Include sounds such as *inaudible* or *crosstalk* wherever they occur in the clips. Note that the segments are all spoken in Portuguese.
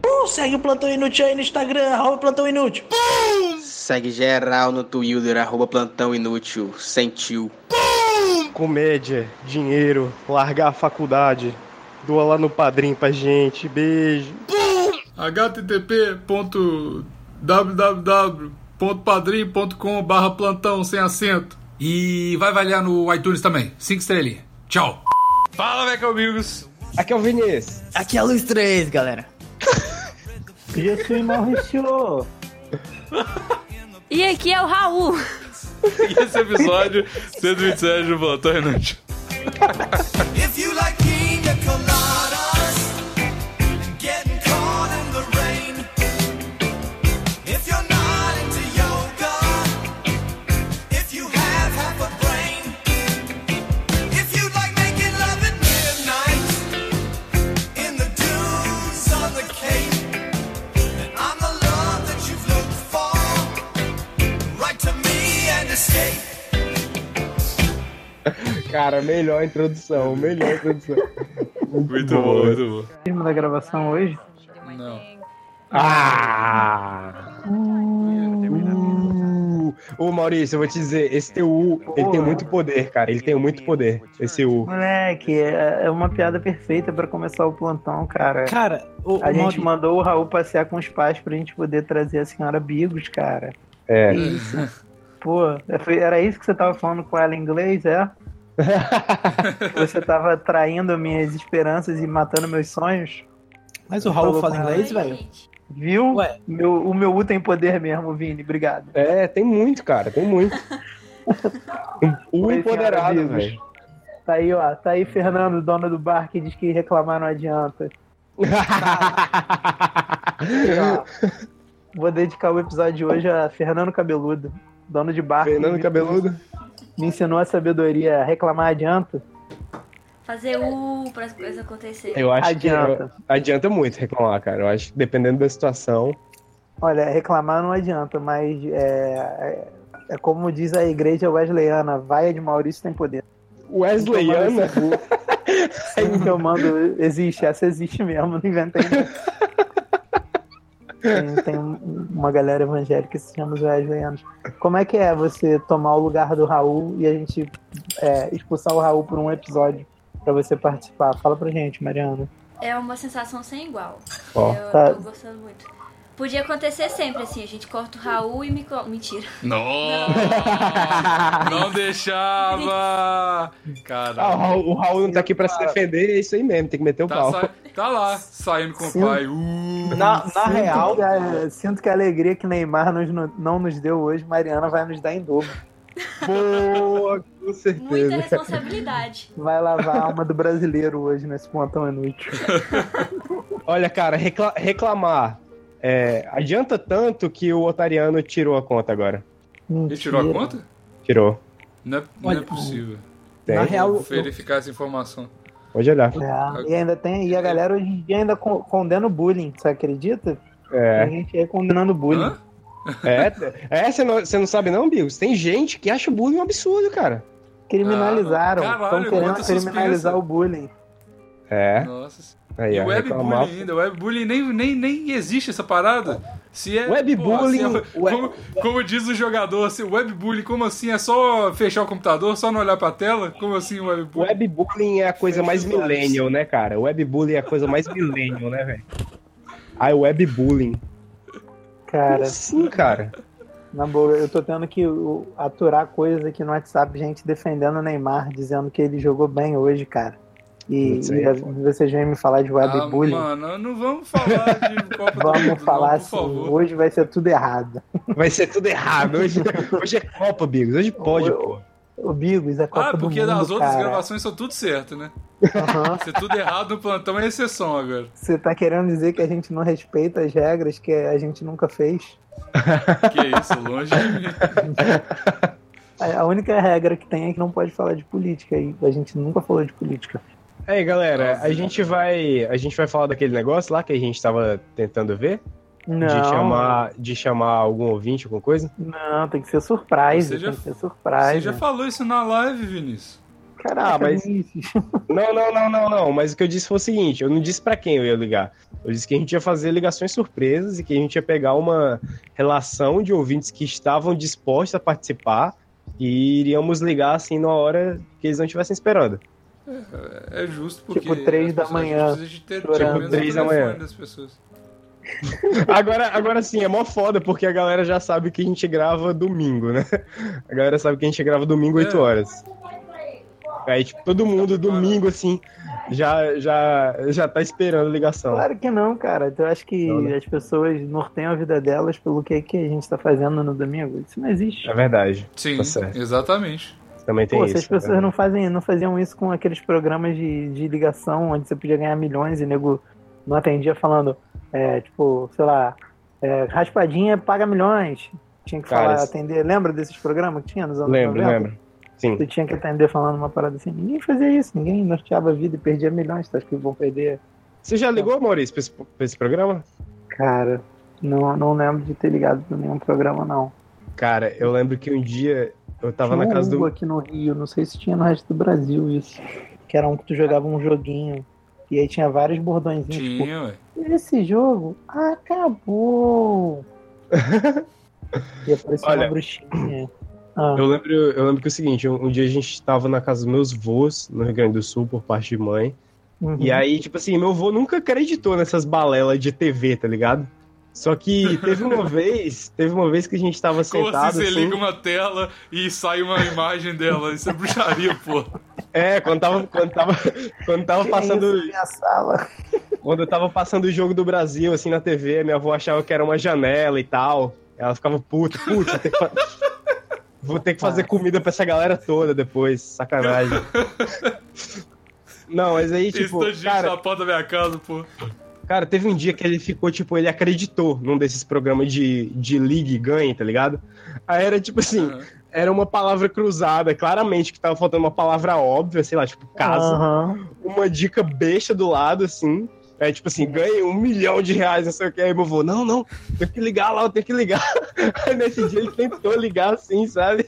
Então segue o Plantão Inútil aí no Instagram, arroba Plantão Inútil. Segue geral no Twitter, arroba Plantão Inútil. Sentiu. Comédia, dinheiro, largar a faculdade. Doa lá no padrinho pra gente. Beijo. http.www.padrim.com barra plantão sem acento. E vai avaliar no iTunes também. Cinco estrelinhas. Tchau. Fala, velho, amigos. Aqui é o Vinícius. Aqui é a Luz 3, galera. Eu sou Maurício. E aqui é o Raul. E é esse *laughs* episódio 127 do Plantão Inútil. If you like pina coladas and getting caught in the rain, if you're not into yoga, if you have half a brain, if you like making love at midnight in the dunes on the cape, then I'm the love that you've looked for. Write to me and escape. Cara, melhor introdução, melhor introdução. Muito bom, muito bom. Firma da gravação hoje. Não. Ah! Uh, Ô Maurício, eu vou te dizer, esse teu U, ele tem muito poder, cara. Ele tem muito poder, esse U. Moleque, é é uma piada perfeita pra começar o plantão, cara. Cara, o, A o Mauri- gente mandou o Raul passear com os pais pra gente poder trazer a senhora Bigos, cara. É. Isso. Pô, foi- era isso que você tava falando com ela em inglês, é? Você tava traindo minhas esperanças e matando meus sonhos? Mas o Raul Falou fala com ela. inglês, É velho? Viu? Ué. Meu, o meu U tem poder mesmo, Vini. Obrigado. É, tem muito, cara, tem *laughs* muito. O Oi, empoderado, senhoras e velho. *laughs* Tá aí, ó. Tá aí Fernando, dono do bar, que diz que reclamar não adianta. Ó, Vou dedicar o episódio de hoje a Fernando Cabeludo, dono de bar. que Fernando me- Cabeludo. Me ensinou a sabedoria. Reclamar adianta? Fazer U pra as coisas acontecerem. Eu acho Adianta. que adianta muito reclamar, cara. Eu acho que dependendo da situação. Olha, reclamar não adianta, mas é, é, é como diz a igreja wesleyana, vaia de Maurício tem poder. Wesleyana. Sempre que eu mando, existe, essa existe mesmo, não inventei. não. Tem, tem uma galera evangélica que se chama os wesleyanos. Como é que é você tomar o lugar do Raul e a gente é, expulsar o Raul por um episódio pra você participar? Fala pra gente, Mariana. É uma sensação sem igual. Ó, eu tá. tô gostando muito. Podia acontecer sempre, assim, a gente corta o Raul e me... co- Mentira. Não! Não *laughs* Ah, deixava! o Cara, Raul, o Raul não tá aqui pra se defender, é isso aí mesmo, tem que meter o tá, pau. sa- tá lá, saindo com o Sim. pai. Uh, Na, na Sinto real, que a- sinto que a alegria que Neymar nos- não nos deu hoje, Mariana vai nos dar em dobro. *laughs* Boa, com Muita certeza. responsabilidade. Vai lavar a alma do brasileiro hoje nesse plantão inútil. Olha, cara, recla- reclamar. é, adianta tanto que o Otariano tirou a conta agora. ele tirou a conta? Tirou. Não é, não é Olha, possível. Tem. na real, Vou verificar essa informação. Pode olhar. É, e ainda tem, e a galera hoje em dia ainda con- condena o bullying, você acredita? É, Tem gente aí condenando o bullying. Hã? é, é você, não, você não sabe não, Bigos? Tem gente que acha o bullying um absurdo, cara. Criminalizaram, Ah, caralho, estão querendo quanta criminalizar suspensa. o bullying. É, Nossa. aí, E ó, webbullying reclamar. ainda. Webbullying nem, nem, nem existe essa parada. Se é, Webbullying, pô, assim, web- *laughs* como, como diz o jogador, assim, webbullying, como assim? É só fechar o computador, só não olhar pra tela? Como assim webbullying? Webbullying é a coisa mais millennial, né, cara? Webbullying é a coisa mais millennial, né, velho? Ai, webbullying. Cara, Sim, cara. na boa, eu tô tendo que o, aturar coisas aqui no WhatsApp, gente defendendo o Neymar, dizendo que ele jogou bem hoje, cara. E, Isso aí, é e a- pô. vocês vêm me falar de Ah, webbullying. mano, não vamos falar *laughs* de Copa do Mundo, Vamos não, falar por assim, favor. hoje vai ser tudo errado. Vai ser tudo errado. Hoje, hoje é Copa, Bigos. Hoje pode, Eu- pô. O Bigos, a é Copa Ah, porque do Mundo, das outras cara. gravações são tudo certo, né? Aham. Se tudo errado no plantão é exceção agora. Você tá querendo dizer que a gente não respeita as regras que a gente nunca fez? Que isso, longe de *laughs* mim. É, A a única regra que tem é que não pode falar de política. E a gente nunca falou de política. Aí, galera, a gente vai, a gente vai falar daquele negócio lá que a gente tava tentando ver, Não, de chamar, de chamar algum ouvinte, alguma coisa. não, tem que ser surprise. Você já- Tem que ser Você surprise. já falou isso na live, Vinícius. Caraca, Ah, mas- Vinícius. Não, não, não, não, não. Mas o que eu disse foi o seguinte: eu não disse pra quem eu ia ligar. Eu disse que a gente ia fazer ligações surpresas e que a gente ia pegar uma relação de ouvintes que estavam dispostos a participar e iríamos ligar assim na hora que eles não estivessem esperando. É justo porque. Tipo, três as da pessoas manhã, precisam de ter, chorando. pelo menos, o Três da telefone manhã. Das pessoas. Agora, agora sim, é mó foda porque a galera já sabe que a gente grava domingo, né? A galera sabe que a gente grava domingo 8 É. horas. Aí, tipo, todo mundo domingo, assim, já, já, já tá esperando a ligação. Claro que não, cara. Eu acho que Não, né? as pessoas norteiam a vida delas pelo que, que a gente tá fazendo no domingo. Isso não existe. É verdade. Sim, Tá certo. exatamente. Também tem Pô, isso. se as né? pessoas não, fazem, não faziam isso com aqueles programas de, de ligação onde você podia ganhar milhões e nego não atendia falando, é, tipo, sei lá, é, raspadinha paga milhões. Tinha que Cara, falar, esse- atender. Lembra desses programas que tinha nos anos Lembro, 90? lembro. Tá Sim. Tu tinha que atender falando uma parada assim. Ninguém fazia isso, ninguém norteava a vida e perdia milhões. Tu acha que vão perder? Você já ligou, Maurício, pra esse, pra esse programa? Cara, não, não lembro de ter ligado pra nenhum programa, não. Cara, eu lembro que um dia eu tava Tinha na um casa Hugo do. aqui no Rio, não sei se tinha no resto do Brasil isso. Que era um que tu jogava um joguinho. E aí tinha vários bordõezinhos. tipo, Tinha, ué. Esse jogo *laughs* acabou. e apareceu Olha. uma bruxinha. Ah, Eu lembro, eu lembro que é o seguinte, um, um dia a gente tava na casa dos meus vôs, no Rio Grande do Sul, por parte de mãe. uhum. E aí, tipo assim, meu avô nunca acreditou nessas balelas de TV, tá ligado? Só que teve *laughs* uma vez, teve uma vez que a gente tava Como assim sentado. você assim- liga uma tela e sai uma imagem dela? Isso é bruxaria, *laughs* pô. É, quando tava, quando tava, quando tava *laughs* Que passando, isso, minha sala. quando eu tava passando o jogo do Brasil assim na TV, minha avó achava que era uma janela e tal. Ela ficava puta, puta, vou ter que fa- vou ter que fazer comida pra essa galera toda depois, sacanagem. Não, mas aí tipo, Estou de é gente cara, na porta da minha casa, pô. Cara, teve um dia que ele ficou, tipo, ele acreditou num desses programas de, de ligue e ganhe, tá ligado? Aí era tipo assim, Aham. era uma palavra cruzada, claramente que tava faltando uma palavra óbvia, sei lá, tipo, casa, Aham. uma dica besta do lado, assim. É tipo assim, ganhei um milhão de reais, não sei o que. Aí meu avô, não, não, tem que ligar lá, eu tenho que ligar. *laughs* Aí nesse dia ele tentou ligar assim, sabe?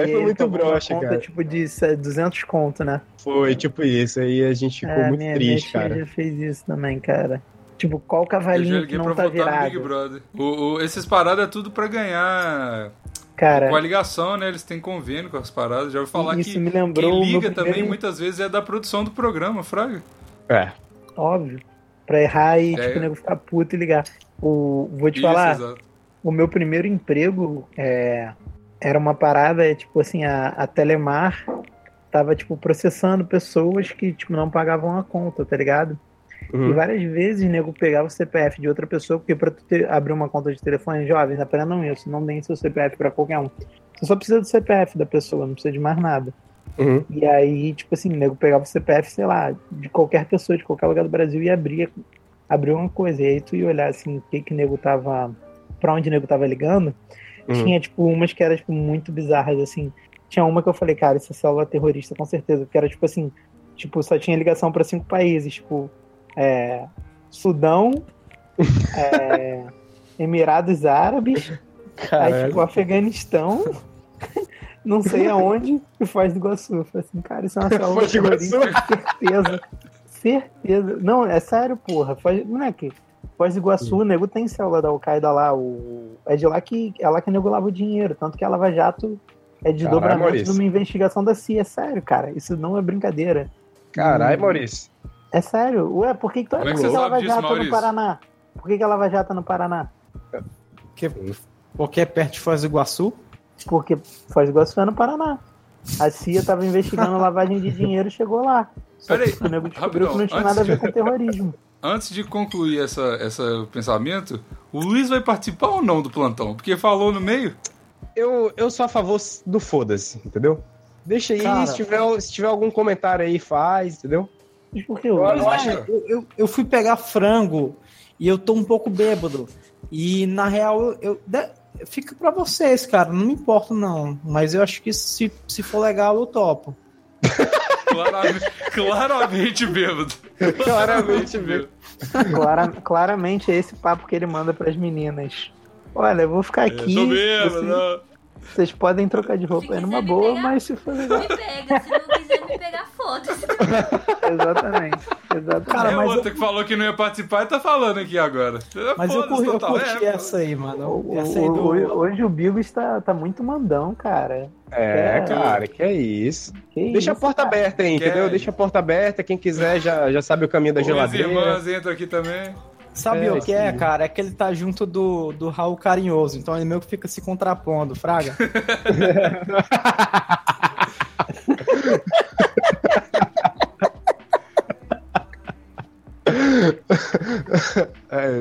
Aí e foi ele muito tomou uma broxa, conta, cara. tipo de se- 200 conto, né? Foi tipo isso, aí a gente ficou É, muito minha, triste, minha tia cara. já fez isso também, cara. Tipo, qual Eu já cavalinho que liguei não pra tá votar no Big virado? Brother. O, o- esses paradas é tudo pra ganhar Cara, com a ligação, né? Eles têm convênio com as paradas. Já ouvi falar É. isso que me lembrou. o quem meu liga também primeiro- muitas vezes é da produção do programa, Fraga. É. Óbvio. Pra errar e, É. tipo, o nego ficar puto e ligar. O, vou te Isso, falar, exato. o meu primeiro emprego é, era uma parada, é, tipo assim, a, a Telemar tava, tipo, processando pessoas que, tipo, não pagavam a conta, tá ligado? Uhum. E várias vezes o nego pegava o CPF de outra pessoa, porque pra tu ter- abrir uma conta de telefone, jovens, aprendam isso, não deem seu CPF pra qualquer um. Você só precisa do CPF da pessoa, não precisa de mais nada. Uhum. E aí, tipo assim, o nego pegava o CPF, sei lá, de qualquer pessoa, de qualquer lugar do Brasil e abria, abriu uma coisa. E aí tu ia olhar, assim, o que que o nego tava... Pra onde o nego tava ligando. Uhum. Tinha, tipo, umas que eram, tipo, muito bizarras, assim. Tinha uma que eu falei, cara, isso é célula terrorista, com certeza. Porque era, tipo assim, tipo, só tinha ligação pra cinco países, tipo... É, Sudão... é, Emirados Árabes... Aí, tipo, Afeganistão... *laughs* Não sei aonde, e Foz do Iguaçu. Eu falei assim, cara, isso é uma célula Foz do Iguaçu? terrorista, certeza. Certeza. Não, é sério, porra. Foz, moleque, Foz do Iguaçu, Hum. o nego tem célula da Al-Qaeda lá. O, é de lá que é lá que o nego lava o dinheiro. Tanto que a Lava Jato é desdobramento de Maurício. uma investigação da CIA. É sério, cara. Isso não é brincadeira. Caralho, Maurício. É sério. Ué, por que, que tu Como é que você por a sabe Lava disso, Jato é no Maurício? Paraná? Por que, que a Lava Jato é no Paraná? Porque, porque é perto de Foz do Iguaçu. Porque Foz do Iguaçu é no Paraná. A CIA tava investigando *laughs* lavagem de dinheiro e chegou lá. Só que Peraí, o nego descobriu que não tinha rapidão, nada a antes ver com terrorismo. Antes de concluir essa, essa pensamento, o Luiz vai participar ou não do plantão? Porque falou no meio. eu, eu sou a favor do foda-se, entendeu? Deixa aí, Cara. se, tiver, se tiver algum comentário aí, faz, entendeu? Mas por que o Olha, Ué, acho- Eu, eu, eu fui pegar frango e eu tô um pouco bêbado. E na real, eu. eu de- Fica pra vocês, cara. Não me importo, não. Mas eu acho que se, se for legal, eu topo. Claramente, claramente bêbado. Claramente bêbado. clara- claramente é esse papo que ele manda pras meninas. Olha, eu vou ficar aqui. Tô bêbado. vocês, não. vocês podem trocar de roupa aí numa boa, é mas se for legal. Me pega, se não quiser me foda-se. Exatamente. Exatamente. Cara, é mas outra que falou que não ia participar e tá falando aqui agora. É Mas eu, Foda-se cur- eu total. curti É, essa aí, mano. O- Essa aí do. o- o- Hoje o Bigos tá, tá muito mandão, cara. É, É. cara, que é isso. Que Deixa a isso, porta cara. aberta aí, Que entendeu? é. Deixa a porta aberta, quem quiser já, já sabe o caminho da Minhas geladeira. irmãs entram aqui também. Sabe É, o que é, sim. cara? É que ele tá junto do, do Raul Carinhoso, então ele meio que fica se contrapondo, Fraga. É,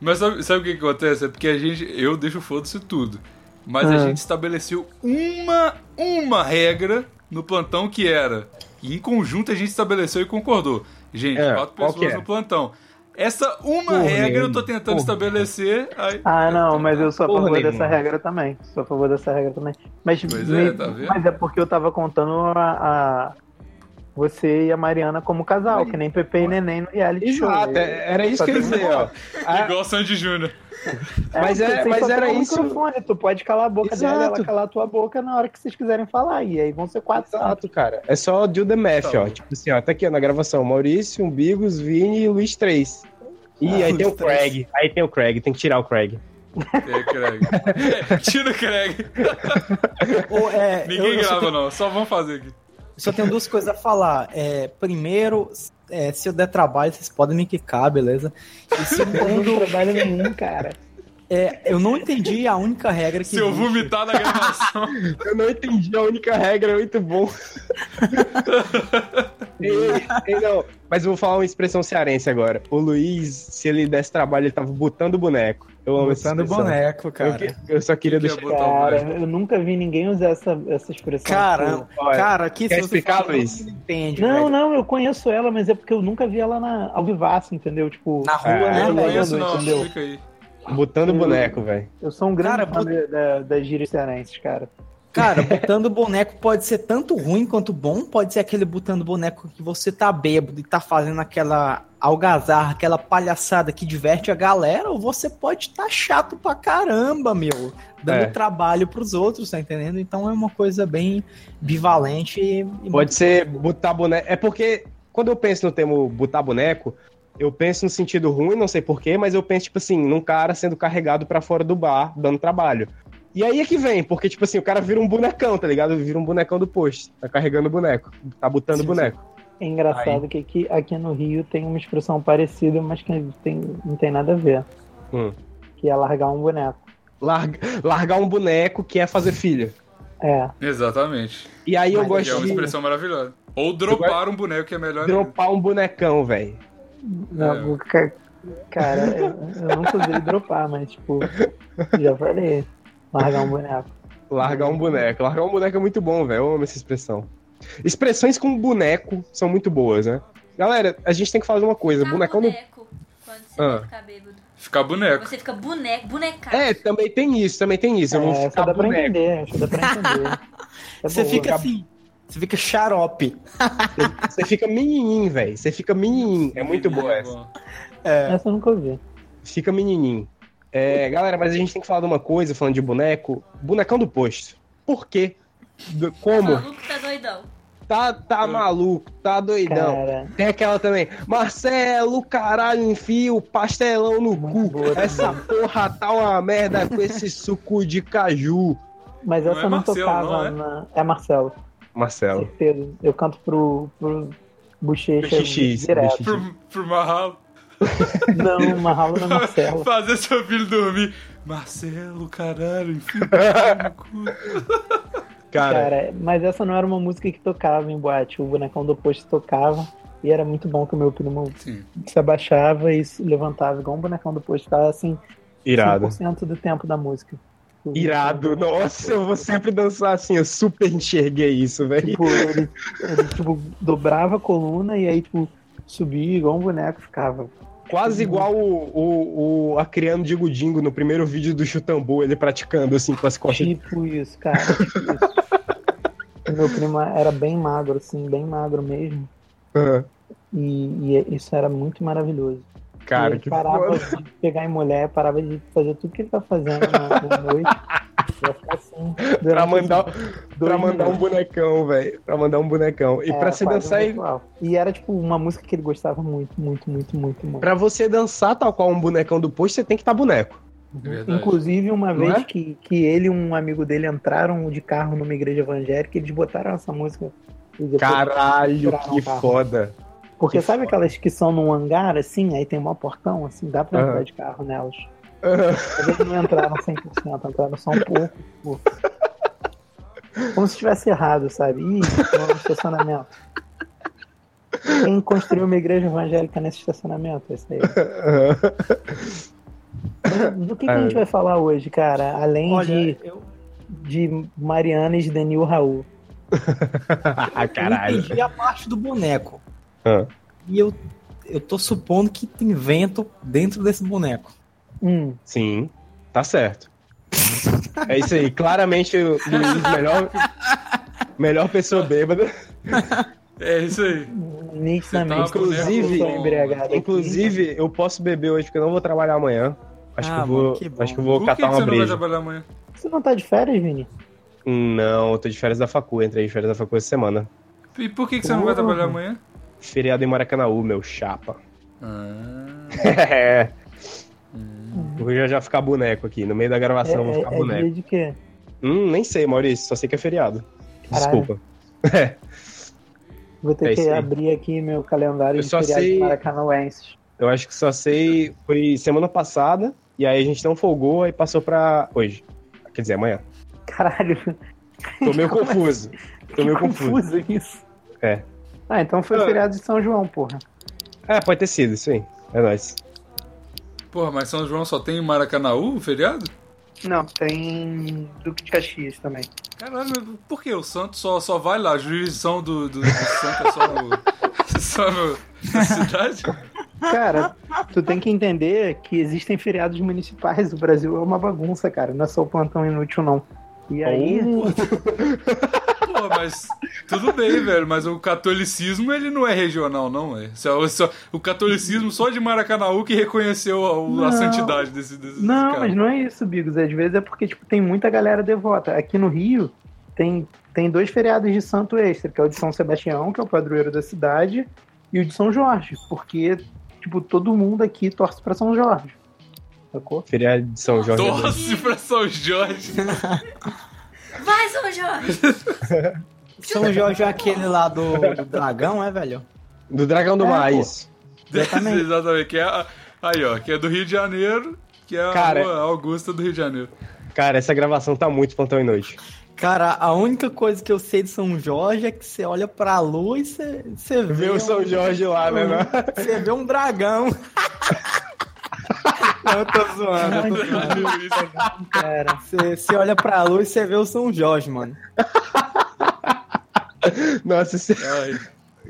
Mas sabe, sabe o que que acontece? É porque a gente. Eu deixo foda-se tudo. Mas Ah. a gente estabeleceu uma, uma regra no plantão que era. E em conjunto a gente estabeleceu e concordou. Gente, É, quatro qual pessoas que é? no plantão. Essa uma Porra regra eu nenhuma, tô tentando porra. estabelecer. Aí... Ah, não, mas eu sou a Porra favor nenhuma. dessa regra também. Sou a favor dessa regra também. Mas, Pois é, tá vendo? mas é porque eu tava contando a, a- você e a Mariana como casal, que nem Pepe e Neném no reality show. Exato, é- era isso que eu ia dizer, ó. Ah, Igual *laughs* Sandy Júnior. Mas é- você tem mas só era pegar o isso- Microfone, tu pode calar a boca dela, Exato. ela calar a tua boca na hora que vocês quiserem falar. E aí vão ser quatro. Exato, cara. É só do the math, ó. Tipo assim, ó, tá aqui ó, na gravação. Maurício, Umbigos, Vini e Luiz 3. E aí tem o Craig. Aí tem o Craig, tem que tirar o Craig. É, Craig. É, tira o Craig. Ou, é, eu- *laughs* Ninguém eu só grava, não. Só vamos fazer aqui. Só tenho duas coisas a falar. É, primeiro, é, se eu der trabalho, vocês podem me quicar, beleza? E Não segundo, tem trabalho nenhum, *laughs* cara. é, eu não entendi a única regra que. Se eu existe. vomitar na gravação. *laughs* Eu não entendi, a única regra é muito bom. ei, ei, não. Mas eu vou falar uma expressão cearense agora. O Luiz, se ele desse trabalho, ele tava botando boneco. Eu amo essa Botando expressão. boneco, Eu, cara. que- eu só queria Que é deixar. botar o Cara, boneco. eu nunca vi ninguém usar essa, essa expressão. tipo, Caramba, Olha, cara, que quer se você explicar, fala, Luiz? não entende, Não, velho. não, eu conheço ela, mas é porque eu nunca vi ela na, ao vivaço, entendeu? Tipo, Na rua, É, né, Eu não velho? conheço, não. Entendeu? Explica aí. Botando boneco, velho. eu sou um grande Cara, fã da- da- das gírias cearenses, cara. Cara, botando boneco pode ser tanto ruim quanto bom, pode ser aquele botando boneco que você tá bêbado e tá fazendo aquela algazarra, aquela palhaçada que diverte a galera, ou você pode tá chato pra caramba, meu, dando É. trabalho pros outros, tá entendendo? Então é uma coisa bem bivalente e e Pode ser botar boneco. É porque quando eu penso no termo botar boneco, eu penso no sentido ruim, não sei porquê, mas eu penso, tipo assim, num cara sendo carregado pra fora do bar, dando trabalho. E aí é que vem, porque, tipo assim, o cara vira um bonecão, tá ligado? Vira um bonecão do posto. Tá carregando boneco. Tá botando Sim, boneco. É engraçado que aqui, aqui no Rio tem uma expressão parecida, mas que tem, não tem nada a ver. Hum. Que é largar um boneco. Larga- largar um boneco que é fazer filho. É. Exatamente. E aí eu Mas gosto Que é uma de expressão maravilhosa. Ou dropar um boneco que é melhor. ainda. dropar um bonecão, velho. Não, ca- Cara, eu, eu nunca usei dropar, mas tipo, já falei. Largar um boneco. Largar um boneco. Largar um boneco é muito bom, velho. Eu amo essa expressão. Expressões com boneco são muito boas, né? Galera, a gente tem que fazer uma coisa. Tá bonecão não. boneco. Quando você Ah. vai ficar bêbado. Ficar boneco. Você fica boneco, bonecado. É, também tem isso, também tem isso. Eu vou É, só ficar dá pra boneco. entender, só dá pra entender. É você boa. fica assim, você fica xarope. Você fica menininho, velho. Você fica menininho. É muito boa essa. Essa eu nunca ouvi. Fica menininho. É, galera, mas a gente tem que falar de uma coisa, falando de boneco. Bonecão do posto. Por quê? Do- O Como? maluco tá doidão. Tá, tá Hum. maluco, tá doidão. Cara, Tem aquela também. Marcelo, caralho, enfia o pastelão no cu. Muito boa também. Essa porra tá uma merda com esse suco de caju. mas Não essa é eu não Marcelo, não, tocava é? na. É Marcelo, Marcelo. certeza. Eu canto pro, pro Bochecha Pro XX, direto. Pro, pro Marralo. Não, Marralo não é *laughs* Marcelo. Fazer seu filho dormir. Marcelo, *laughs* caralho, enfim. Cara, Cara, mas essa não era uma música que tocava em boate. O bonecão do posto tocava. E era muito bom que o meu primo Sim. se abaixava e se levantava igual um bonecão do posto. Ficava assim, irado. 100% do tempo da música. Tipo, Irado. Nossa, eu vou sempre dançar assim. Eu super enxerguei isso, velho. Tipo, ele, ele, tipo, dobrava a coluna e aí, tipo, subia igual um boneco, ficava. Quase igual o, o, o Acriano de Gudingo no primeiro vídeo do Chutambu, ele praticando assim com as costas. Tipo isso, cara. Tipo isso. *laughs* O meu primo era bem magro, assim, bem magro mesmo. Ah, E, e isso era muito maravilhoso. E Cara, ele que parava assim, foda. *laughs* de pegar em mulher, parava de fazer tudo que ele tá fazendo na, na noite Vai ficar assim. Pra durante mandar, pra dois mandar um minutos. bonecão, velho. Pra mandar um bonecão. E É, pra se quase um dançar. e- ritual. E era, tipo, uma música que ele gostava muito, muito, muito, muito, muito. Pra você dançar tal qual um bonecão do posto, você tem que estar boneco. É verdade. Inclusive, Não uma vez é? que, que ele e um amigo dele entraram de carro numa igreja evangélica, eles botaram essa música. e depois- Caralho, Pra que carro. foda. Porque que sabe foda. aquelas que são num hangar, assim, aí tem um portão, assim, dá pra Aham. entrar de carro nelas. Aham. Mas eles não entraram 100%, entraram só um pouco. tipo. Como se tivesse errado, sabe? Ih, um estacionamento. Quem construiu uma igreja evangélica nesse estacionamento? Esse aí. Aham. Do que, que a gente É. vai falar hoje, cara? Além de, Olha, eu de Mariana e de Denil Raul. Ah, eu *laughs* Caralho. entendi a parte do boneco. Ah. E eu, eu tô supondo que tem vento dentro desse boneco. Hum, Sim, tá certo. É isso aí. Claramente, o Luiz, melhor, melhor pessoa bêbada. É isso aí. Você nitidamente. tá com nervo eu bom, tô embriagado aqui. Inclusive, eu posso beber hoje, porque eu não vou trabalhar amanhã. Acho Ah, que eu vou, mano, que bom. acho que eu vou Por que, que catar você uma não vai breja. trabalhar amanhã? Você não tá de férias, Vini? Não, eu tô de férias da facu, entrei de férias da facu essa semana. E por que, que você não vai trabalhar amanhã? Feriado em Maracanãú, meu chapa. *laughs* É. Ah, Vou já já ficar boneco aqui, no meio da gravação vou ficar é, é boneco. dia de quê? Hum, nem sei, Maurício, só sei que é feriado. Caralho. Desculpa. Vou ter É que isso aí. abrir aqui meu calendário Eu de só feriados sei- maracanauenses. Eu acho que só sei, foi semana passada, e aí a gente não folgou, aí passou pra hoje. Quer dizer, amanhã. Caralho, *laughs* Tô meio confuso. Tô meio que confuso. confuso isso. É. Ah, então foi o Ah. feriado de São João, porra. É, pode ter sido, isso aí. É nóis. porra, mas São João só tem em Maracanaú o feriado? Não, tem Duque de Caxias também. Caralho, mas por que? O santo só, só vai lá, a jurisdição do, do, do santo é só *laughs* no... só no- na cidade? Cara, tu tem que entender que existem feriados municipais. O Brasil é uma bagunça, cara. Não é só o plantão inútil, não. E aí, Pô, mas tudo bem, velho, mas o catolicismo ele não é regional, não, é. Só, só- o catolicismo só de Maracanaú que reconheceu a, o- a Não. santidade desse, desse Não, cara. mas não é isso, Bigos. Às vezes é porque tipo, tem muita galera devota. Aqui no Rio tem, tem dois feriados de santo extra, que é o de São Sebastião, que é o padroeiro da cidade, e o de São Jorge, porque tipo, todo mundo aqui torce pra São Jorge. Sacou? Feriado de São Jorge. é doido. Doce pra São Jorge. *laughs* Vai, São Jorge! São Jorge é aquele lá do, do dragão, é, velho? Do Dragão do É, Mar, pô. isso. Exatamente. Exatamente, que é a- aí, ó, que é do Rio de Janeiro, que é a Cara, rua Augusta do Rio de Janeiro. Cara, essa gravação tá muito plantão e noite. Cara, a única coisa que eu sei de São Jorge é que você olha pra lua e você, você vê. um, Vê o São Jorge lá, né? né? Uhum. Você vê um dragão. Não, *laughs* eu tô zoando, *laughs* É eu tô zoando. Cara, Você, você olha pra lua e você vê o São Jorge, mano. *laughs* Nossa, esse... Ai,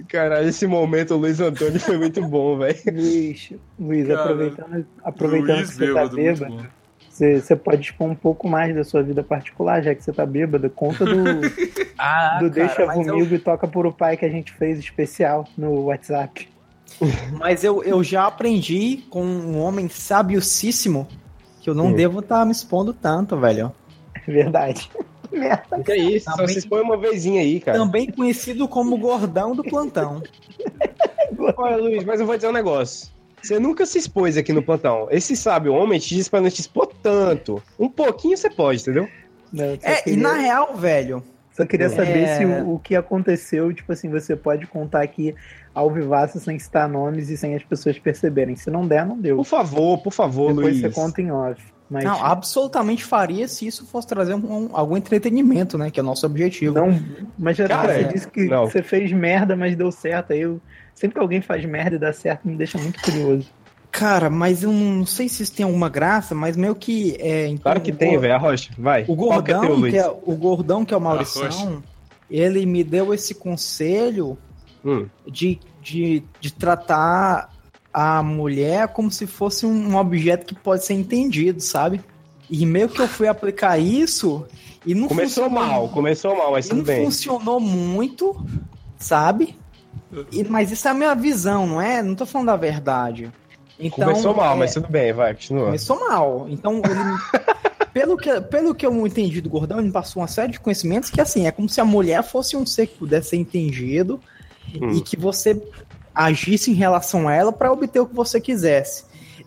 caralho, esse momento, o Luiz Antônio, foi muito bom, velho. *laughs* Luiz, Luiz Cara, aproveitando, aproveitando Luiz que você bêbado, tá muito bêbado, bom. você, você pode expor um pouco mais da sua vida particular, já que você tá bêbado. Conta do, Ah, do Deixa mas eu- Comigo e Toca por o Pai que a gente fez especial no WhatsApp. *laughs* Mas eu, eu já aprendi com um homem sabiocíssimo que eu não Hum. devo estar me expondo tanto, velho. É Verdade. Que merda. Que é isso, tá só Também- se expõe uma vezinha aí, cara. Também conhecido como gordão do plantão. Olha, Luiz, mas eu vou dizer um negócio. Você nunca se expôs aqui no plantão. Esse sábio homem te diz pra não te expor tanto. Um pouquinho você pode, entendeu? Não, eu *laughs* só É, e queria- na real, velho, Só queria saber É. se o, o que aconteceu, tipo assim, você pode contar aqui ao vivaço sem citar nomes e sem as pessoas perceberem. Se não der, não deu. Por favor, por favor, Depois Luiz. você conta em off. Mas não, absolutamente faria se isso fosse trazer um- um- algum entretenimento, né? Que é o nosso objetivo. não, mas já Cara, você é. disse que Não. você fez merda, mas deu certo. Aí eu, sempre que alguém faz merda e dá certo, me deixa muito curioso. Cara, mas eu não sei se isso tem alguma graça, mas meio que. É, então, Claro que o tem, gor- velho. Arrocha, vai. O Qual que é gordão, teu, Luiz? que é, o gordão, que é o Arrocha. Maurição, ele me deu esse conselho Hum. de, de, de tratar a mulher como se fosse um objeto que pode ser entendido, sabe? E meio que eu fui aplicar isso e não Começou funcionou- mal, começou mal, mas e tudo não bem. funcionou muito, sabe? E- mas isso é a minha visão, não é? Não tô falando a verdade. Então, Começou mal, é, mas tudo bem, vai, continua. Começou mal. Então, ele, Pelo que, pelo que eu entendi do Gordão, ele me passou uma série de conhecimentos que, assim, é como se a mulher fosse um ser que pudesse ser entendido e que você agisse em relação a ela para obter o que você quisesse.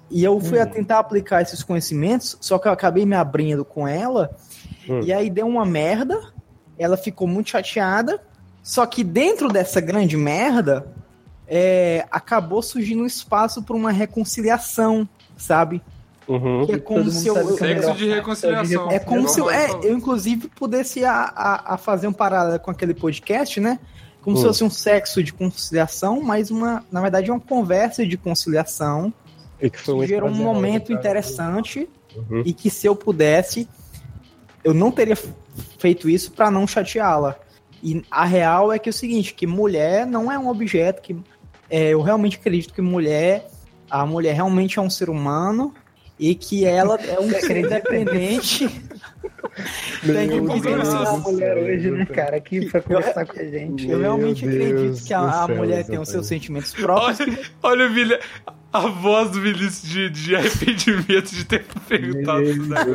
E eu fui a tentar aplicar esses conhecimentos, só que eu acabei me abrindo com ela, Hum. e aí deu uma merda, ela ficou muito chateada, só que dentro dessa grande merda, é, acabou surgindo um espaço para uma reconciliação, sabe? Uhum. Que é E como todo se mundo eu- sabe que eu- Sexo de reconciliação. é como se eu, é, Vamos lá, eu inclusive pudesse a, a, a fazer um paralelo com aquele podcast, né? Como Hum. se fosse um sexo de conciliação, mas uma, na verdade, é uma conversa de conciliação E que foi que muito gerou um prazeroso, momento cara. interessante Uhum. e que se eu pudesse, eu não teria f- feito isso pra não chateá-la. E a real é que é o seguinte, que mulher não é um objeto que é, eu realmente acredito que mulher, a mulher realmente é um ser humano e que ela é um ser *laughs* independente. Tem que Meu combinar Deus isso. Tá do a mulher céu, hoje, né, cara? Aqui pra *laughs* conversar com a gente. Eu Meu realmente Deus acredito que a, do a céu, mulher tem os seus exatamente. sentimentos *laughs* próprios. Olha, olha o Vili- a voz do Vinícius de, de arrependimento de ter tá perguntado isso daí.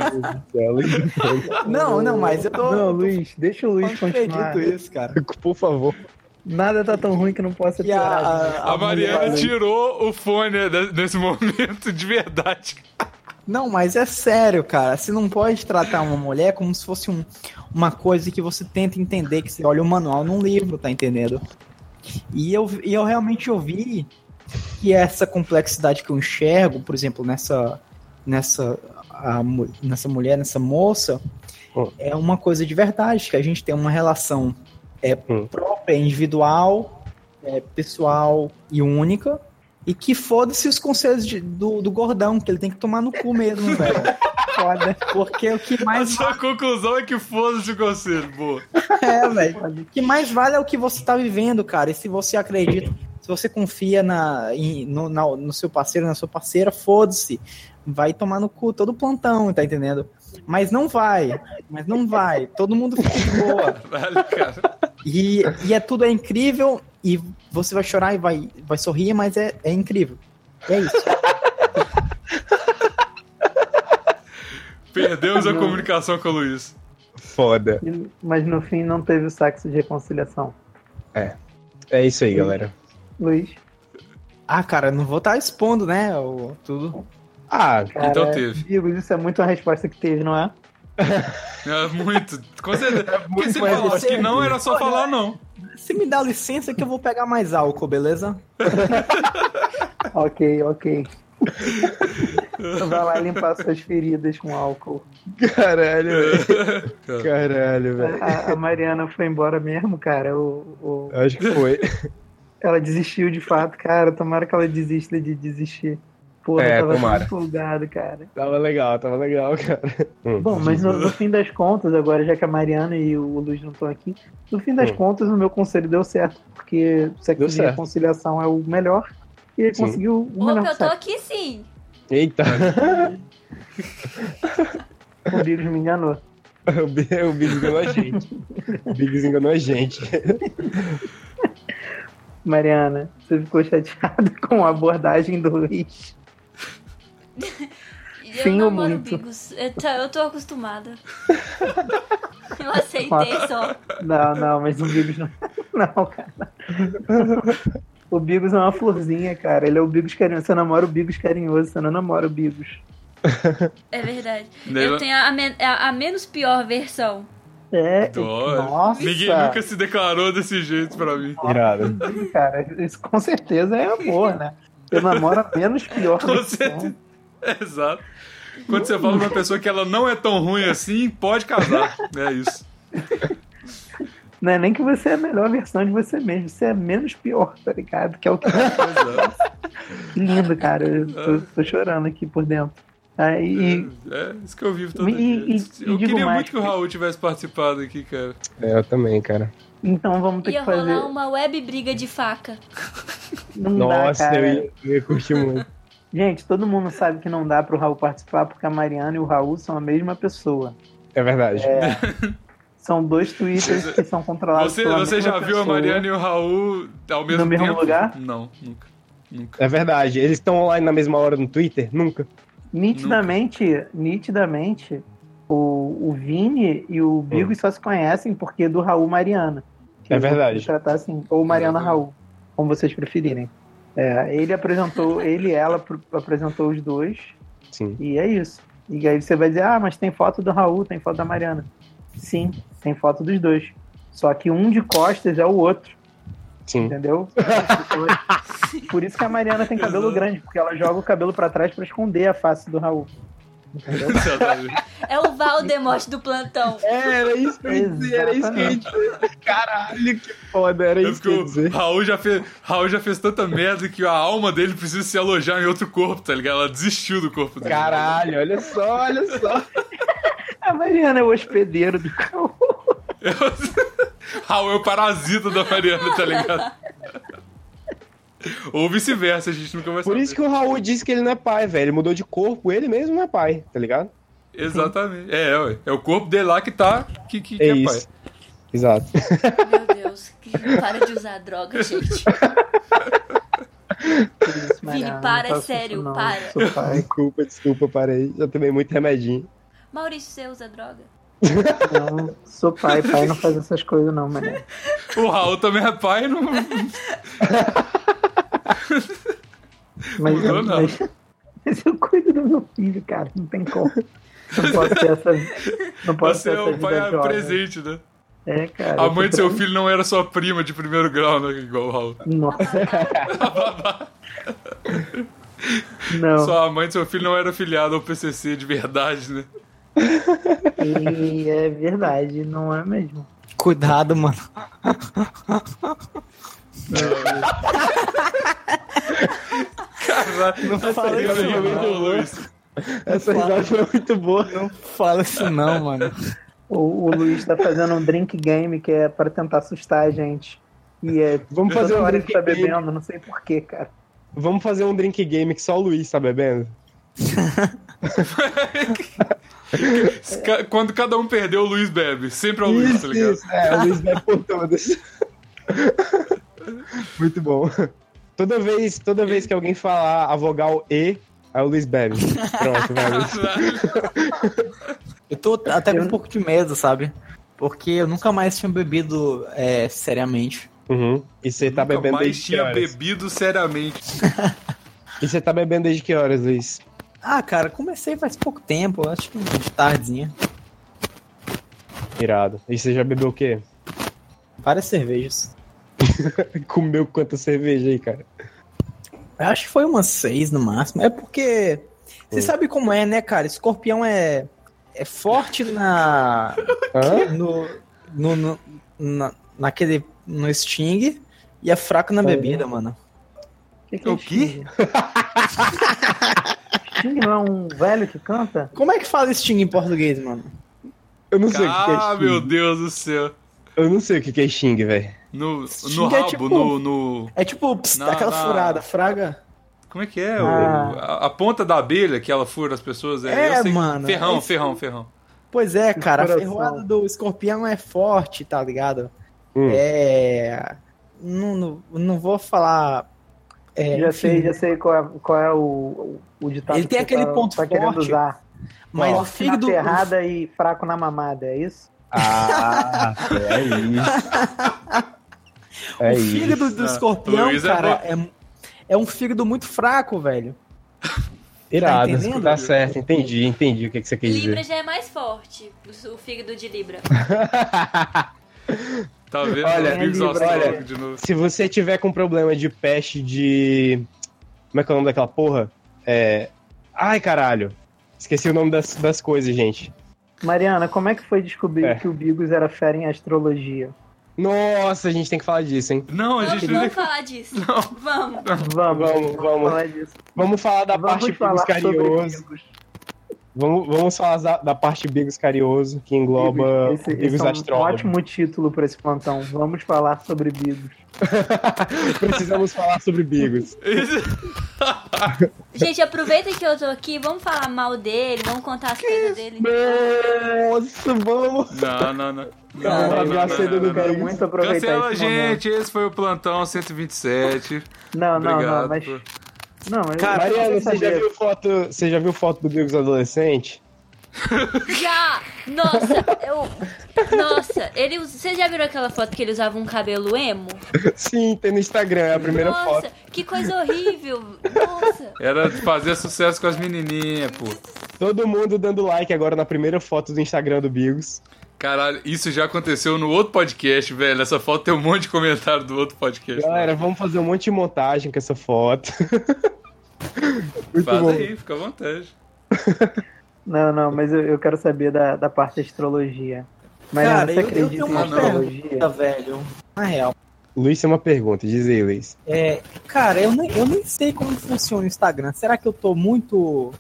Meu Deus do céu, Não, não, mas eu tô. Não, Luiz, deixa o eu Luiz não continuar. acredito isso, cara. Luiz. *laughs* Por favor. Nada tá tão ruim que não possa E a, piorar. gente. a, A Mariana mulher- tirou o fone da- nesse momento de verdade. Não, mas é sério, cara. Você não pode tratar uma mulher como se fosse um- uma coisa que você tenta entender, que você olha o manual num livro, tá entendendo? E eu, e eu realmente ouvi que essa complexidade que eu enxergo, por exemplo, nessa nessa a mu- nessa mulher, nessa moça, Hum. é uma coisa de verdade, que a gente tem uma relação é, Hum. própria, individual, é, pessoal e única. E que foda-se os conselhos de- do, do gordão, que ele tem que tomar no cu mesmo, *laughs* velho. Foda. Porque o que A mais sua conclusão é que foda-se o conselho, boa. é, velho. O que mais vale é o que você tá vivendo, cara. E se você acredita, se você confia na, em- no, na- no seu parceiro, na sua parceira, foda-se. Vai tomar no cu todo plantão, tá entendendo? Mas não vai, mas não vai. Todo mundo fica de boa. Caralho, cara. E, e é tudo é incrível, e você vai chorar e vai, vai sorrir, mas é, é incrível. É isso. Perdemos a comunicação com o Luiz. Foda. Mas no fim não teve o saxo de reconciliação. É isso aí, galera. Luiz, Ah, cara, não vou estar expondo, né? o- tudo. Ah, cara, Então teve. Digo, isso é muito a resposta que teve, não é? É muito. Com certeza. Porque você mas falou você- que não era só Olha, falar não. Você me dá licença que eu vou pegar mais álcool, beleza? Ok, ok. Vai lá limpar suas feridas com álcool. caralho, *laughs* velho. Caralho, velho. A, a Mariana foi embora mesmo, cara. O, o- Acho que foi. Ela desistiu de fato, cara. Tomara que ela desista de desistir. Pô, É, eu tava tomara. tão empolgado, cara. Tava legal, tava legal, cara. Bom, mas no, no fim das contas, agora, já que a Mariana e o Luiz não estão aqui, no fim das Hum. contas, o meu conselho deu certo, porque sexo Deu de certo. reconciliação é o melhor. E ele Sim. conseguiu o melhor Opa, eu tô sexo. aqui sim. Eita, O Rodrigues me enganou. *laughs* o Bi- o Biggs enganou a gente. O Biggs enganou a gente. Mariana, você ficou chateada *laughs* com a abordagem do Luiz. Eu Sim, não ou moro muito? bigos. Eu tô, eu tô acostumada. Eu aceitei só. Não, não, mas o Bigos não. *laughs* Não, cara. O Bigos é uma florzinha, cara. Ele é o Bigos carinhoso. Você namora o Bigos carinhoso, você não namora o Bigos. É verdade. Eu Né? tenho a, men- a- a menos pior versão. É, Dó. Nossa. Ninguém nunca se declarou desse jeito pra mim. Irado. cara, isso com certeza é amor, né? Eu namoro a menos pior Com versão. certeza. *laughs* Exato. Quando você fala pra uma pessoa que ela não é tão ruim assim, pode casar. É isso. Não é nem que você é a melhor versão de você mesmo, você é a menos pior, tá ligado? Que é o que Exato. que lindo, cara. Eu tô, tô chorando aqui por dentro. Aí, É isso que eu vivo todo E- dia. e- e eu digo queria mais. muito que o Raul tivesse participado aqui, cara. É, eu também, cara. então vamos ter Ia que fazer. rolar uma web briga de faca. Não Nossa, dá, cara. eu, ia, eu ia curtir muito. Gente, todo mundo sabe que não dá pro Raul participar porque a Mariana e o Raul são a mesma pessoa. É verdade. São dois twitters que são controlados Você, pela você mesma já viu a pessoa. Mariana e o Raul ao mesmo mesmo tempo? lugar? Não, nunca. Nunca. É verdade. Eles estão online na mesma hora no Twitter? Nunca. Nitidamente, nitidamente, o, o Vini e o Bigo só se conhecem porque é do Raul Mariana. Hum. Que É eu vou verdade. Tratar assim, ou Mariana Exatamente. Raul, como vocês preferirem. É, ele apresentou, ele e ela pro- apresentou os dois, Sim. e é isso. E aí você vai dizer, ah, mas tem foto do Raul, tem foto da Mariana. Sim, tem foto dos dois. Só que um de costas é o outro. Sim. *laughs* Entendeu? As pessoas- Por isso que a Mariana tem cabelo Exato. grande, porque ela joga o cabelo pra trás pra esconder a face do Raul. *laughs* Entendeu? Exatamente. É o Valdemorte do plantão. É. Era isso que eu ia dizer, era isso que eu ia dizer. Caralho, que foda, era É isso que porque eu ia o dizer. Raul já, fez, Raul já fez tanta merda que a alma dele precisa se alojar em outro corpo, tá ligado? Ela desistiu do corpo *laughs* dele. Caralho, olha só, olha só. A Mariana é o hospedeiro do Raul. *laughs* Raul é o parasita da Mariana, tá ligado? Ou vice-versa, a gente nunca vai Por saber. isso que o Raul disse que ele não é pai, velho. Ele mudou de corpo, ele mesmo não é pai, tá ligado? Exatamente. É, é, ué. é o corpo dele lá que tá. Que, que, que É é, pai. isso. Exato. *laughs* Meu Deus, que- para de usar *laughs* droga, gente. Vini, para, é sério, para. para. Desculpa, desculpa, parei. Já tomei muito remedinho. Maurício, você usa droga? Não, sou pai, pai não faz essas coisas não, Mariana. O Raul também é pai e não. Mas, Mudou, não. mas, *laughs* mas eu cuido do meu filho, cara, não tem como. Não posso ter essa, não posso Você ter é essa o vida pai jovem. presente, né? É, cara. A mãe do seu filho não era sua prima de primeiro grau, né? Igual o Raul. Nossa. *laughs* não. Só a mãe do seu filho não era filiada ao PCC de verdade, né? E é verdade, não é mesmo. Cuidado, mano. Caralho, não fala isso, Luiz. Essa risada foi muito boa. Não fala isso não, mano. O, o Luiz tá fazendo um drink game que é pra tentar assustar a gente. E é. Vamos toda fazer um hora drink que tá game. bebendo, não sei porquê, cara. Vamos fazer um drink game que só o Luiz tá bebendo? Ca- Quando cada um perdeu, o Luiz bebe. Sempre é o Luiz, tá ligado? isso. É, o Luiz bebe por todas. *laughs* muito bom. Toda vez, toda vez que alguém falar a vogal E, aí o Luiz bebe. Pronto, *laughs* velho. Caralho. Eu tô até com Eu- um pouco de medo, sabe? Porque eu nunca mais tinha bebido é, seriamente. Uhum. E você tá Nunca bebendo mais desde que tinha horas? bebido seriamente. E você tá bebendo desde que horas, Luiz? Ah, cara, comecei faz pouco tempo, acho que um de tardinha. Irado. E você já bebeu o quê? *laughs* Várias cervejas. Comeu quanta cerveja aí, cara? Eu acho que foi umas seis no máximo. É porque. Você sabe como é, né, cara? Escorpião é. É forte na. Hã? No. no, no- na, naquele. No Sting. E é fraco na bebida, mano. Que que é O quê? Sting? Sting não é um velho que canta? Como é que fala Sting em português, mano? Eu não sei Ah, o que que é meu Xing. Deus do céu. Eu não sei o que que é Xing, velho. No, no Xinga é rabo, tipo- no, no- É tipo, pss, Na- aquela na- furada, fraga. Como é que é? o- Ah. a, a ponta da abelha que ela fura as pessoas. É, É, eu sei- mano, Ferrão, é isso. ferrão, ferrão. Pois é, cara, a Coração. ferroada do escorpião é forte, tá ligado? Hum. É. Não, não, não vou falar. é, já enfim, sei, já sei qual é, qual é o, o ditado. Ele tem que aquele tá- ponto tá querendo forte. usar. Mas o Forte fígado. na ferrada e fraco na mamada, é isso? Ah, é isso. *laughs* o É isso. fígado do Ah, escorpião, Luiz é cara, é, é um fígado muito fraco, velho. Irado, tá tá, entendendo? certo, entendi, entendi o que, que você quis Libra dizer. já é mais forte, o o fígado de Libra. Tá vendo? Olha, Os amigos Libra, astrólogos olha. de novo. *laughs* Se você tiver com problema de peste de. Como é que é o nome daquela porra? É. Ai, caralho. Esqueci o nome das, das coisas, gente. Mariana, como é que foi descobrir É. que o Bigos era fera em astrologia? Nossa, a gente tem que falar disso, hein? Não, é a Vamos, gente vamos não. falar disso. Vamos. Vamos, Vamos, vamos. falar disso. Vamos falar da Vamos parte falar Bigos sobre Carioso. Bigos. Vamos, vamos falar da, da parte Bigos Carioso, que engloba Esse, esse Bigos é um Astrólogos. ótimo título para esse plantão. Vamos falar sobre Bigos. *laughs* Precisamos falar sobre Bigos. Gente, aproveita que eu tô aqui, vamos falar mal dele, vamos contar as coisas dele. Nossa, vamos! Não, não, não. Vamos não, abrir a cena do Quero Bigos. muito aproveitar Cancela, esse momento. gente. Esse foi o plantão 127. Não, não, Obrigado. não, mas... por- Não, eu- Cara, eu Mariana, quero você já saber. viu foto, você já viu foto do Bigos adolescente? Já! Nossa, eu. Nossa, ele. us- Você já viram aquela foto que ele usava um cabelo emo? Sim, tem no Instagram, é a primeira Nossa, foto. que coisa horrível! Nossa! Era de fazer sucesso com as menininhas, pô. Todo mundo dando like agora na primeira foto do Instagram do Bigos. Caralho, isso já aconteceu no outro podcast, velho. Essa foto tem um monte de comentário do outro podcast. Galera, vamos fazer um monte de montagem com essa foto. *laughs* Muito Faz bom. aí, fica à vontade. Não, não, mas eu, eu quero saber da, da parte da astrologia. Mas Cara, você eu- eu acredita tenho em uma astrologia? Puta, velho. Na real. Luiz tem uma pergunta, diz aí, Luiz. É, cara, eu nem, eu nem sei como funciona o Instagram. Será que eu tô muito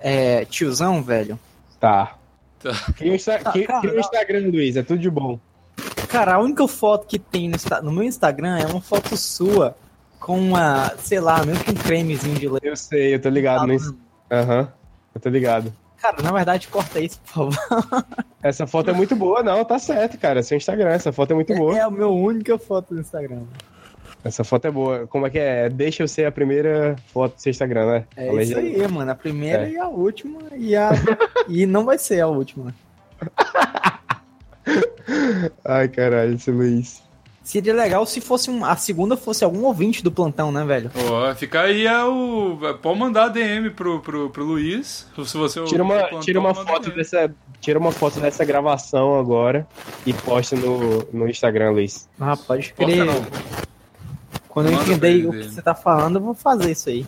é, tiozão, velho? Tá. Tá. Cria o Insta- Tá, cria- cara, cria o Instagram, Luiz, é tudo de bom. Cara, a única foto que tem no, Insta- no meu Instagram é uma foto sua com uma, sei lá, meio que um cremezinho de leite. Eu sei, eu tô Tá ligado no Insta- Aham. Eu tô ligado. Cara, na verdade, corta isso, por favor. Essa foto é muito boa, não, tá certo, cara. Seu Instagram, essa foto é muito boa. É a minha única foto no Instagram. Essa foto é boa. Como é que é? Deixa eu ser a primeira foto do seu Instagram, né? É Falei isso já. aí, mano. A primeira É. e a última. E, a... e não vai ser a última. Ai, caralho, esse Luiz. Seria legal se fosse um... a segunda fosse algum ouvinte do plantão, né, velho? Ó, fica aí é o. Pode mandar DM pro, pro, pro Luiz. Se você Tira uma, plantão, tira uma manda foto DM. dessa. Tira uma foto dessa gravação agora e posta no, no Instagram, Luiz. Ah, pode Corta crer. não. Quando eu Manda pra entender ele o que dele. você tá falando, eu vou fazer isso *laughs* aí.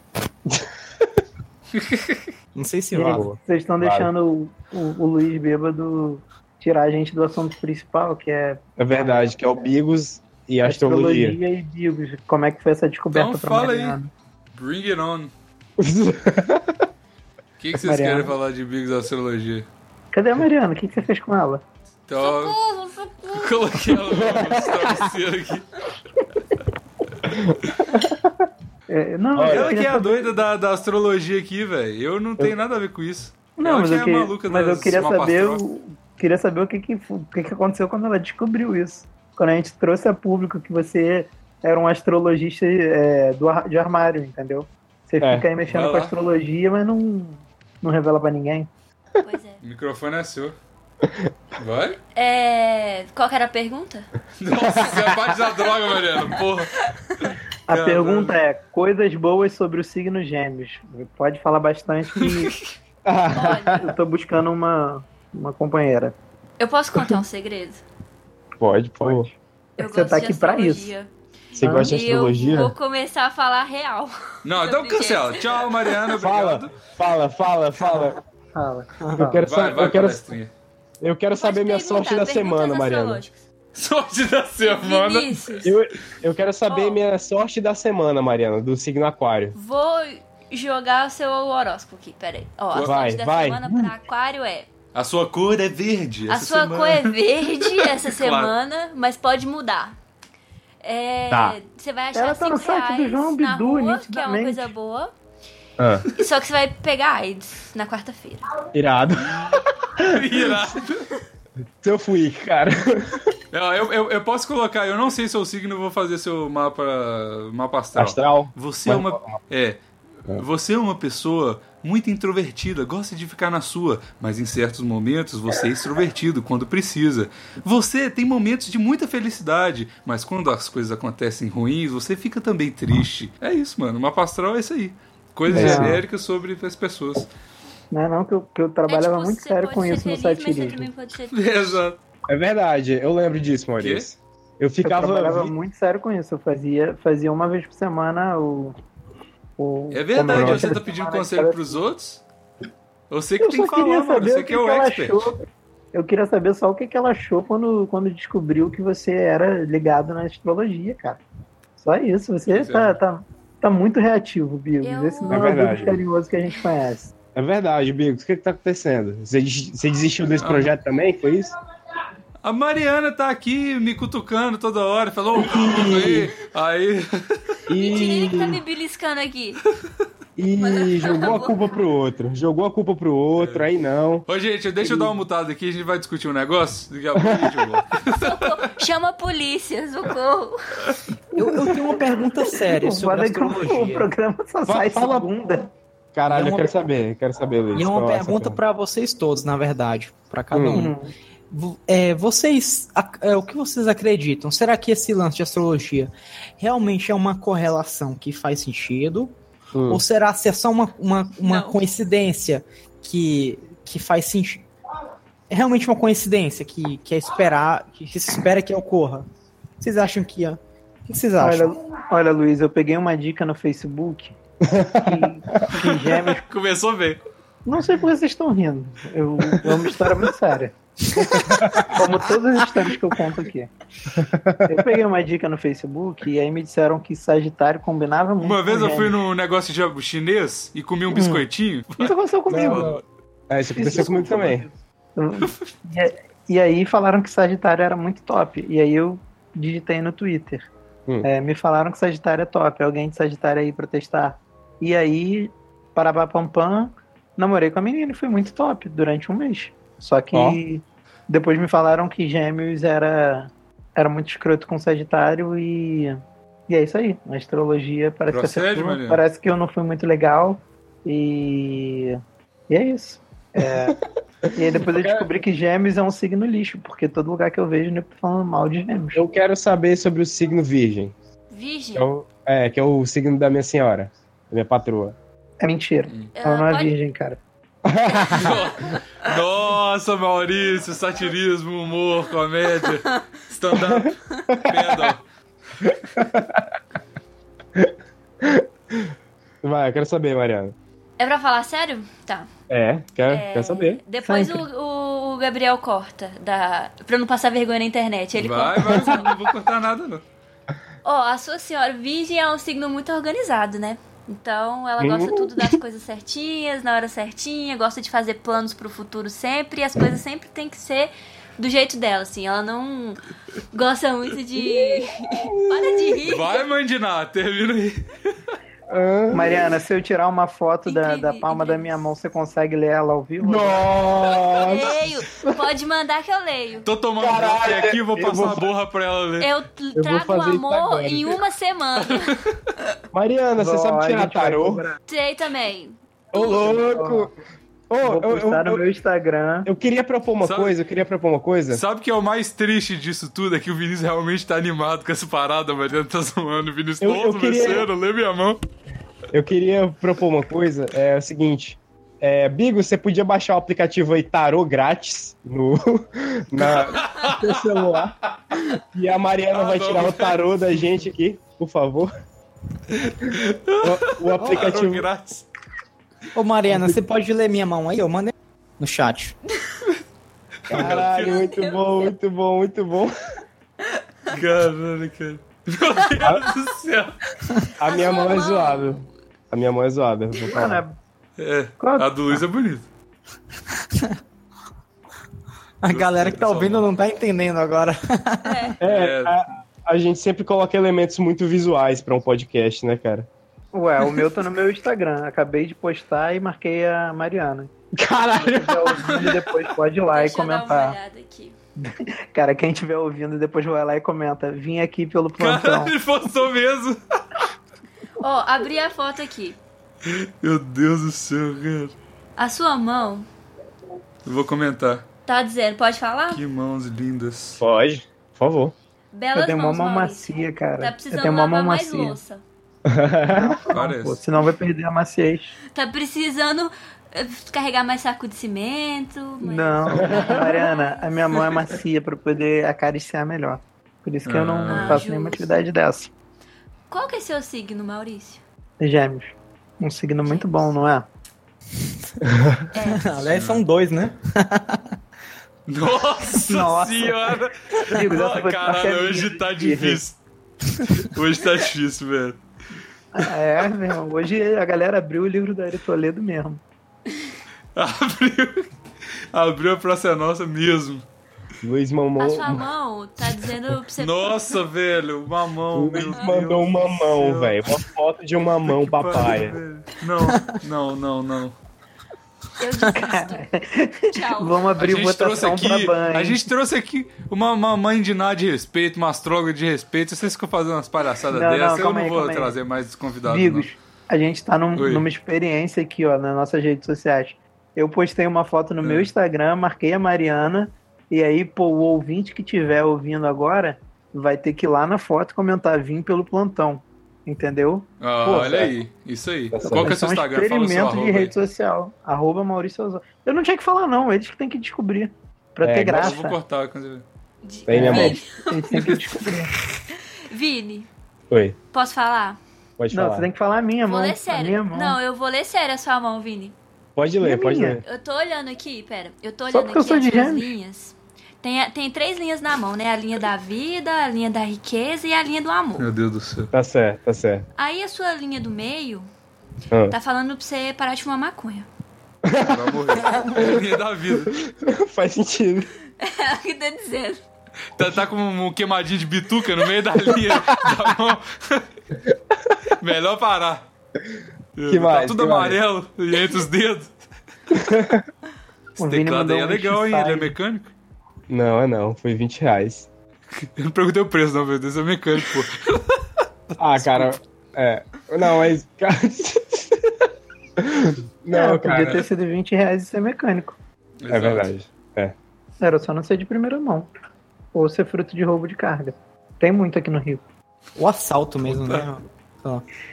não sei se vai. Boa. Vocês estão Claro. deixando o, o- o Luiz bêbado tirar a gente do assunto principal, que é É verdade, que é o Bigos e a astrologia. astrologia e Bigos. Como é que foi essa descoberta Então pra fala aí. Mariana? Bring it on. O que, que vocês Mariana. querem falar de Bigos da Astrologia? Cadê a Mariana? O que, que você fez com ela? Então, Socorro, socorro! eu coloquei ela no travesseiro aqui. É, *laughs* não, Olha, Ela queria que é a saber- doida da, da astrologia aqui, velho. Eu não tenho nada a ver com isso. Não, ela mas que eu, é a queria- maluca mas das eu queria saber mapastrófas. o, queria saber o que que, fu- o que que aconteceu quando ela descobriu isso. Quando a gente trouxe a público que você era um astrologista é, do, ar- de armário, entendeu? Você É, fica aí mexendo vai com lá. astrologia, mas não, não revela pra ninguém. Pois é. O microfone é seu. Vai? É. Qual que era a pergunta? Nossa, você abate da droga, Mariana. Porra. A Caramba. pergunta é: coisas boas sobre o signo Gêmeos. Pode falar *laughs* bastante que Olha, eu tô buscando uma, uma companheira. eu posso contar um segredo? *laughs* Pode, por favor. Eu Você tá de aqui pra isso. astrologia. Você gosta de E eu astrologia? vou começar a falar a real. Não, então cancela. Tchau, Mariana. Fala, Obrigado. fala, fala, fala. Fala. Eu quero, sa- Vai, vai, eu quero, palestrinha. eu quero saber Pode minha perguntar, sorte da perguntas semana, Mariana. astrológicas. Sorte da semana. Vinícius, Eu, eu quero saber Ó. minha sorte da semana, Mariana, do signo aquário. vou jogar o seu horóscopo aqui, peraí. Ó, a Vai, sorte da vai. semana pra aquário é... A sua cor é verde. a essa sua semana. cor *laughs* é verde Claro. essa semana, mas pode mudar. É, Tá. Você vai achar Ela tá no 5 site do reais João na Bidu, rua, que é uma nitidamente. coisa boa. Ah. E Só que você vai pegar AIDS na quarta-feira. Irado. é *laughs* Irado. Seu fui, cara. Não, eu, eu, eu posso colocar, eu não sei seu signo, eu vou fazer seu mapa, mapa astral. Astral. Você é uma. É. Você é uma pessoa muito introvertida, gosta de ficar na sua, mas em certos momentos você é extrovertido quando precisa. Você tem momentos de muita felicidade, mas quando as coisas acontecem ruins, você fica também triste. É isso, mano. Mapa astral é isso aí. Coisas É. genéricas sobre as pessoas. *laughs* Não é não que eu, que eu trabalhava É, tipo, muito você sério pode com ser isso no feliz, Mas você satirismo. também pode ser Exato. É verdade, eu lembro disso, Maurício. Eu Eu trabalhava ficava. muito sério com isso. Eu fazia, fazia uma vez por semana o. o É verdade, como você tá era? pedindo conselho pros outros? Eu sei que Eu tem só que falar, queria mano. saber Você o que que, é o que ela expert. achou. Eu queria saber só o que, que ela achou quando, quando descobriu que você era ligado na astrologia, cara. Só isso. Você Pois é. tá, tá, tá muito reativo, Bigos. Eu- Esse não É é, o Bigos verdade. carinhoso que a gente conhece. É verdade, Bigos. O que, que tá acontecendo? Você, des- você desistiu desse projeto também? Foi isso? A Mariana tá aqui me cutucando toda hora, falou. "Ô, calma *laughs* aí, aí. Mentirinha E, que tá me beliscando aqui. e jogou a culpa pro outro. Jogou a culpa pro outro, aí não. Ô, gente, deixa eu dar uma mutada aqui, a gente vai discutir um negócio. Daqui a pouco a gente volta. Socorro. Chama a polícia, socorro. Eu, eu tenho uma pergunta séria O sobre foda é que o- o astrologia. programa só Fa- sai fala- segunda. Caralho, E é eu uma- quero saber, eu quero saber, Luiz. E é uma qual essa pergunta pra vocês todos, na verdade, pra cada um. Hum. Vo- é, vocês, ac- é, o que vocês acreditam? Será que esse lance de astrologia realmente é uma correlação que faz sentido? Hum. Ou será se é só uma, uma, uma Não. coincidência que, que faz sentido? É realmente uma coincidência que, que é esperar, que se espera que ocorra. Vocês acham que é? O que vocês acham? Olha, olha, Luiz, eu peguei uma dica *laughs* no Facebook que, que gêmeos. Começou bem. Não sei por que vocês estão rindo. Eu, é uma história muito séria. Como todas as histórias que eu conto aqui. Eu peguei uma dica no Facebook e aí me disseram que Sagitário combinava muito. Uma com vez eu fui gêmeos. num negócio de chinês e comi um biscoitinho. Isso aconteceu comigo. Não, É, isso aconteceu Isso comigo também. *laughs* E, e aí falaram que Sagitário era muito top. E aí eu digitei no Twitter. Hum. É, me falaram que Sagitário é top. Alguém de Sagitário aí pra testar. E aí, parabá pam pam, namorei com a menina e foi muito top durante um mês. Só que Ó. depois me falaram que Gêmeos era, era muito escroto com Sagitário e. E é isso aí. A astrologia parece, que, Procede, acertou, Mariana. parece que eu não fui muito legal. E. E é isso. É, *laughs* e aí depois eu descobri que gêmeos é um signo lixo, porque todo lugar que eu vejo eu falando mal de gêmeos. Eu quero saber sobre o signo virgem. Virgem. que é o- é, que é o signo da minha senhora, da minha patroa. É mentira. Ela Ela não é ah, pode- virgem, cara. Nossa, Maurício, satirismo, humor, comédia, stand-up, pedal. Vai, eu quero saber, Mariana. É pra falar sério? Tá. É, quero, É, quero saber. Depois o, Sempre. o- o Gabriel corta, da... pra não passar vergonha na internet. Ele Vai, corta. vai, *laughs* não vou cortar nada, não. Ó, a sua senhora virgem é um signo muito organizado, né? Então, ela Hum. gosta tudo das coisas certinhas, na hora certinha, gosta de fazer planos pro futuro sempre, e as coisas sempre tem que ser do jeito dela, assim. Ela não gosta muito de... *laughs* Para de rir! Vai, Mandiná, termina aí. Mariana, se eu tirar uma foto da, da Incrível, palma da incrível. minha mão, você consegue ler ela ao vivo? Nossa! Leio! Pode mandar que eu leio. Tô tomando um café aqui, vou passar a borra pra ela ler. Eu t- trago o fazer isso amor agora. em uma semana. Mariana, você Ó, sabe a tirar gente vai tarô? cobrar. Sei também. Ô, louco! Ô, Vou eu, eu, postar no eu- meu Instagram. eu queria propor uma Sabe- coisa, eu queria propor uma coisa. Sabe o que é o mais triste disso tudo? É que o Vinícius realmente tá animado com essa parada, mas ele tá zoando. O Vinícius, Eu- todo eu queria- mexendo, lê minha mão. Eu queria propor uma coisa, é o seguinte. É, Bigo, você podia baixar o aplicativo aí Tarô grátis no, *laughs* na- no seu celular. E a Mariana Ah, vai não, tirar o velho. tarô da gente aqui, por favor. O, o Parou, aplicativo. graça. *laughs* Ô Mariana, você pode ler minha mão aí? Eu mandei no chat. Caralho, muito bom, muito bom, muito bom. Caralho, cara. Meu Deus do céu. A minha sua mão é mão. zoável. A minha mão é zoada. vou falar. Cara, É, Qual- a do Luiz é bonita. A galera que tá Gostei ouvindo dessa não tá entendendo agora. *laughs* É, É. a, a gente sempre coloca elementos muito visuais pra um podcast, né, cara? ué, o meu tá no meu Instagram. Acabei de postar e marquei a Mariana. Caralho! Quem estiver ouvindo depois pode ir lá Deixa e eu dar uma comentar. olhada aqui. Cara, quem estiver ouvindo depois vai lá e comenta. Vim aqui pelo plantão. Caralho, ele postou mesmo. Ó, abri a foto aqui. Meu Deus do céu, cara. A sua mão Eu vou comentar. tá dizendo, pode falar? Que mãos lindas. Pode, por favor. Belas Eu tenho uma mãos, mão Maurício. macia, cara. Tá eu precisando tenho uma mão lavar mais macia. louça. Pô, Parece. senão vai perder a maciez. Tá precisando eh, carregar mais saco de cimento. mais- *laughs* Não, Mariana, a minha mão é macia pra eu poder acariciar melhor. Por isso que eu não Ah, faço justo. nenhuma atividade dessa. Qual que é seu signo, Maurício? Gêmeos. Um signo muito bom, não é? Ah, Aliás, são dois, né? Nossa, Nossa. senhora! Digo, essa foi Caralho, qualquer hoje vida tá de virgem. difícil. Hoje tá difícil, velho. É, meu irmão. Hoje a galera abriu o livro da Ari Toledo mesmo. Abriu. Abriu a Praça é Nossa mesmo. Luiz Mamão. A sua mão tá dizendo pra você. Nossa, velho, mamão. meu Luiz Deus mandou um do mamão, céu. velho. Uma foto de um mamão Pariu, papai. velho. Não, não, não, não. Eu *laughs* desisto. Tchau. Vamos A abrir gente, trouxe votação aqui, pra banho. a gente trouxe aqui uma, uma mãe de nada de respeito, uma astróloga de respeito. Vocês ficam fazendo umas palhaçadas Não, não, dessas. eu calma não aí, vou calma aí. trazer mais desconvidados. Vigos, A gente tá num- Oi. numa experiência aqui, ó, nas nossas redes sociais. Eu postei uma foto no É. meu Instagram, marquei a Mariana, e aí, pô, o ouvinte que estiver ouvindo agora vai ter que ir lá na foto comentar vim pelo plantão. Entendeu? Ah, Pô, é olha cara. aí, isso aí. Qual que é o Isso seu um Instagram? Fala o seu experimento de arroba aí. rede social. Arroba Maurício Osório. Eu não tinha que falar, não. Eles que têm que descobrir. Pra É, ter igual Eu graça. vou cortar. quando- De- Tem, né, amor? Vini, Eles têm que descobrir. Vini, Oi, posso falar? pode Não, falar. você tem que falar a minha vou mão. ler A sério. minha mão. Não, eu vou ler sério a sua mão, Vini. Pode ler, E a pode minha? ler. Eu tô olhando aqui, pera. Eu tô Só olhando porque eu aqui sou as de suas gêmeos. linhas. Tem, a- tem três linhas na mão, né? A linha da vida, a linha da riqueza e a linha do amor. Meu Deus do céu. Tá certo, tá certo. Aí a sua linha do meio Ah. tá falando pra você parar de fumar maconha. Vai morrer. É a linha da vida. Tá. *laughs* Faz sentido. É *laughs* o que tá dizendo. Tá, tá com um queimadinho de bituca no meio da linha da mão. *laughs* Melhor parar. Que tá mais, tudo que mais? amarelo e entre os *laughs* dedos. O Esse Vini teclado aí mandou é um legal, hein? inside. Ele é mecânico? Não, é não. Foi 20 reais. *laughs* Eu não perguntei o preço, não, meu Deus, é mecânico, pô. Ah, cara. É. Não, mas. cara- *laughs* Não, não, Ah, podia cara. ter sido 20 reais e ser mecânico. É verdade. Era só não ser de primeira mão. Ou ser fruto de roubo de carga. Tem muito aqui no Rio. O assalto mesmo, né?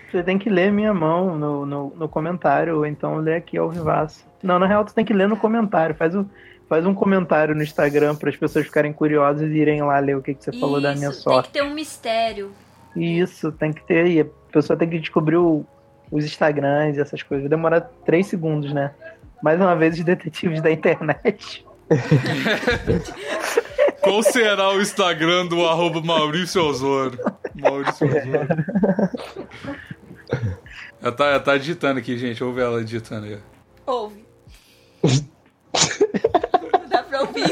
Você tem que ler minha mão no, no, no comentário, ou então ler aqui ao vivaço. Não, na real, tu tem que ler no comentário. Faz um, faz um comentário no Instagram para as pessoas ficarem curiosas e irem lá ler o que, que você falou da minha Isso, sorte. Tem que ter um mistério. E Isso, tem que ter aí. A pessoa tem que descobrir o- os Instagrams e essas coisas. Vai demorar três segundos, né? Mais uma vez, os detetives da internet. *laughs* Qual será o Instagram do arroba Maurício Osório? Maurício Osório. Ela tá, ela tá digitando aqui, gente. Ouve ela digitando aí. Ouve. Não *laughs* dá pra ouvir.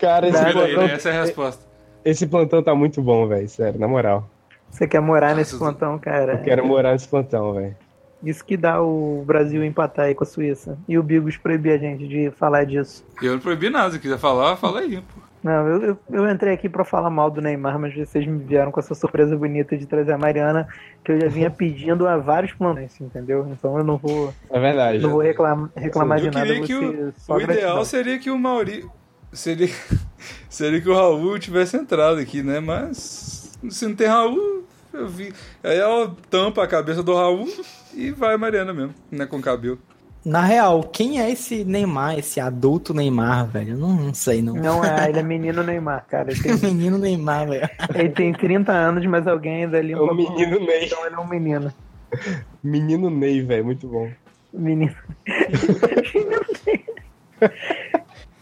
Cara, esse, Dá, Vira plantão, aí, né? Essa é a resposta. esse plantão tá muito bom, velho. Sério, na moral. Você quer morar nesse Nossa, plantão, cara? Eu quero morar nesse plantão, velho. Isso que dá o Brasil empatar aí com a Suíça. E o Bigos proibir a gente de falar disso. Eu não proibi nada. Se quiser falar, fala aí, pô. Não, eu, eu, eu entrei aqui pra falar mal do Neymar, mas vocês me vieram com essa surpresa bonita de trazer a Mariana, que eu já vinha pedindo há vários plantões, entendeu? Então eu não vou, É verdade. não vou reclamar, reclamar Eu de nada. queria eu que vou ser só o ideal gratidão. seria que o Mauri. Seria, *laughs* seria que o Raul tivesse entrado aqui, né? Mas. Se não tem Raul, eu vi. Aí ela tampa a cabeça do Raul e vai a Mariana mesmo, né? Com cabelo. Na real, quem é esse Neymar, esse adulto Neymar, velho? Eu não, não sei, não. *laughs* Não é, ele é menino Neymar, cara. Ele tem, Menino Neymar, velho. ele tem 30 anos, mas alguém ainda É limpa o a bunda, menino Ney. Então ele é um menino. Menino Ney, velho. Muito bom. Menino.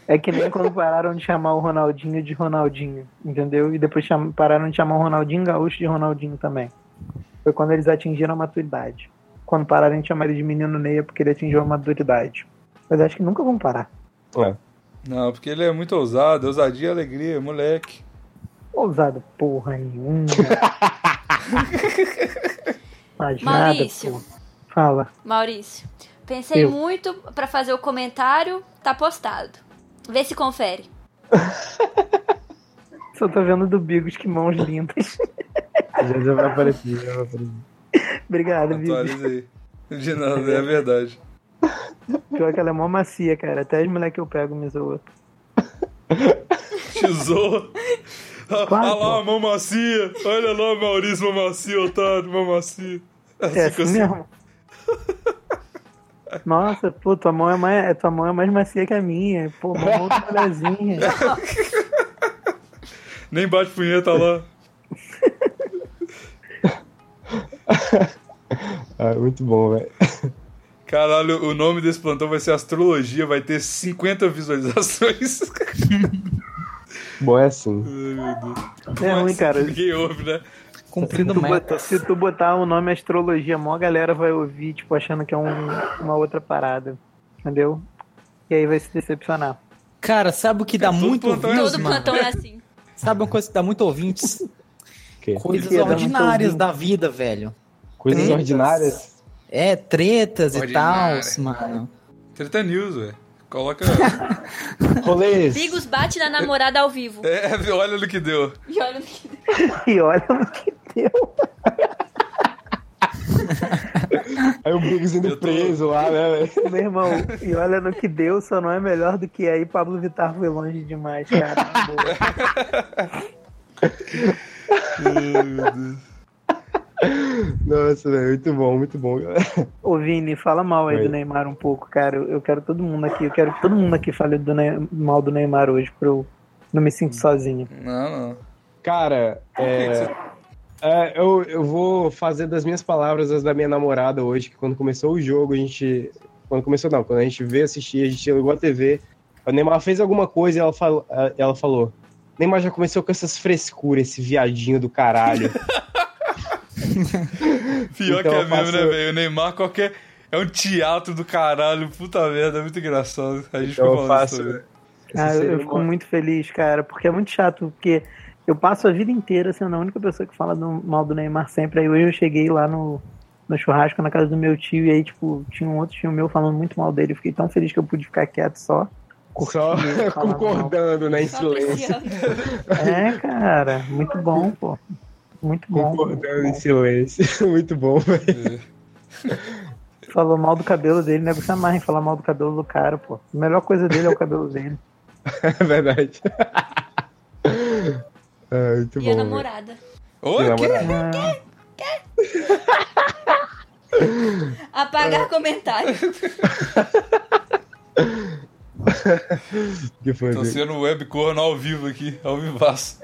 É que nem quando pararam de chamar o Ronaldinho de Ronaldinho, entendeu? E depois cham- pararam de chamar o Ronaldinho Gaúcho de Ronaldinho também. Foi quando eles atingiram a maturidade. Quando pararam de chamar ele de menino Ney é porque ele atingiu a maturidade. Mas acho que nunca vão parar. Ah, Não, porque ele é muito ousado, ousadia e alegria, moleque. Ousado porra nenhuma. Faz nada, Maurício. porra. Fala. Maurício, pensei Eu. muito pra fazer o comentário, tá postado. Vê se confere. Só tô vendo do Bigos que mãos limpas. Já, já vai aparecer. Já vai aparecer. Obrigado, Bigos. Atualiza aí. De nada, é verdade. Pior que ela é mó macia, cara. Até as mulheres que eu pego me zoam. *laughs* Tesouro. Ah, Claro, ah lá, mão macia. Olha lá, Maurício, mão macia, otário, mão macia. Assim É que eu assim sei. mesmo. Nossa, pô, tua mão, é mais, tua mão é mais macia que a minha. Pô, uma outra mulherzinha. Nem bate punheta lá. Ah, muito bom, velho. Caralho, o nome desse plantão vai ser Astrologia, vai ter 50 visualizações. *laughs* Bom é assim. Ai, meu Deus. É ruim, cara. assim? Ninguém ouve, né? Cumprindo meta. Se tu botar o nome astrologia, a maior galera vai ouvir, tipo, achando que é um- uma outra parada. Entendeu? E aí vai se decepcionar. *laughs* Cara, sabe o que dá todo muito plantão é ouvintes, né? Todo mano? plantão é assim. Sabe uma coisa que dá muito *laughs* ouvintes? quê? Coisas Que dá muito ordinárias ouvinte. da vida, velho. Coisas Tretas. ordinárias. É, tretas Ordinárias. e tal, mano. Treta News, velho. *laughs* Coloca. Rolês. Bigos bate na namorada ao vivo. É, olha no que *laughs* deu. E olha o que E olha o que deu. Aí o Biggs indo Eu tô- preso lá, né, velho? Meu irmão, e olha no que deu, só não é melhor do que aí. Pablo Vittar foi longe demais, cara. Na boa. Nossa, velho, muito bom, muito bom, galera. Ô, Vini, fala mal aí Oi. do Neymar um pouco, cara. Eu eu quero todo mundo aqui, eu quero que todo mundo aqui fale do Ne- mal do Neymar hoje, pra eu não me sentir sozinho. Não, não. Cara, é, é, eu, eu vou fazer das minhas palavras as da minha namorada hoje, que quando começou o jogo, a gente. Quando começou, não, quando a gente veio assistir, a gente ligou a TV. O Neymar fez alguma coisa e ela, fal- eh, ela falou: Neymar já começou com essas frescuras, esse viadinho do *laughs* caralho. Pior Então que é eu faço- mesmo, né, velho? O Neymar qualquer. É um teatro do caralho, puta merda, é muito engraçado. A gente Então ficou eu falando faço. sobre. essa Ah, eu, eu cerimônia. fico muito feliz, cara, porque é muito chato, porque eu passo a vida inteira sendo a única pessoa que fala do mal do Neymar sempre. Aí hoje eu cheguei lá no, no churrasco na casa do meu tio, e aí, tipo, tinha um outro tio meu falando muito mal dele. Eu fiquei tão feliz que eu pude ficar quieto só. Só *laughs* curtindo, falando concordando, né, em Só silêncio. apreciando. É, cara, muito bom, pô. Muito bom. Concordando em silêncio. *laughs* Muito bom, velho. é- Falou mal do cabelo dele, né? Você amarra em falar mal do cabelo do cara, pô. A melhor coisa dele é o cabelo dele. É *laughs* verdade. É, muito E bom. a velho. namorada. Oi, Minha que? namorada. Ah, É. Apagar comentário. que foi, Tô velho? sendo webcorno ao vivo aqui, ao vivaço.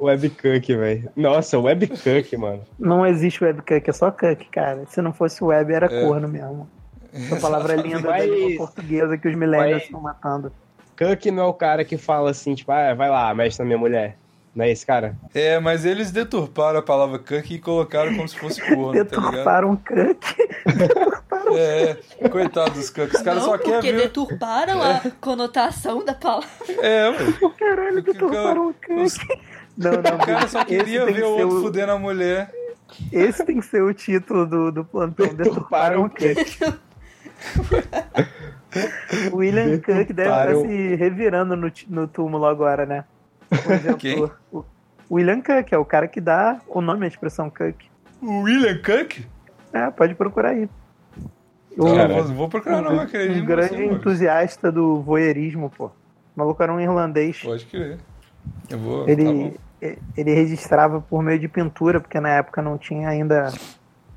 Webcuck, velho. Nossa, webcuck, *laughs* mano. Não existe webcuck, é só cuck, cara. Se não fosse web, era É. corno mesmo. Essa palavra é linda da Mas- língua portuguesa que os millennials mas- estão matando. Cuck não é o cara que fala assim, tipo, ah, vai lá, mexe na minha mulher. Não é esse cara? É, mas eles deturparam a palavra cuck e colocaram como se fosse corno, tá ligado? Deturparam um cuck. É, coitado dos cucks. Os caras Não, só porque querem ver. deturparam a conotação da palavra. É, mano. Caralho, Que- deturparam um os- cuck. Não, não. O cara só Então, esse queria tem ver que o ser outro o- fudendo a mulher. Esse tem que ser o título do, do *laughs* plantão. Deturparam cuck. William Cook deve estar Deturparam. se revirando no, ti- no túmulo agora, né? O inventor. Quem? O William Cook é o cara que dá o nome à expressão Cook. O William Cook? É, pode procurar aí. O, Não, Cara, não vou procurar não, mas acredito. um em grande você, mano. entusiasta do voyeurismo, pô. O maluco era um irlandês. Pode crer. Eu vou. tá ele, bom. e- ele registrava por meio de pintura, porque na época não tinha ainda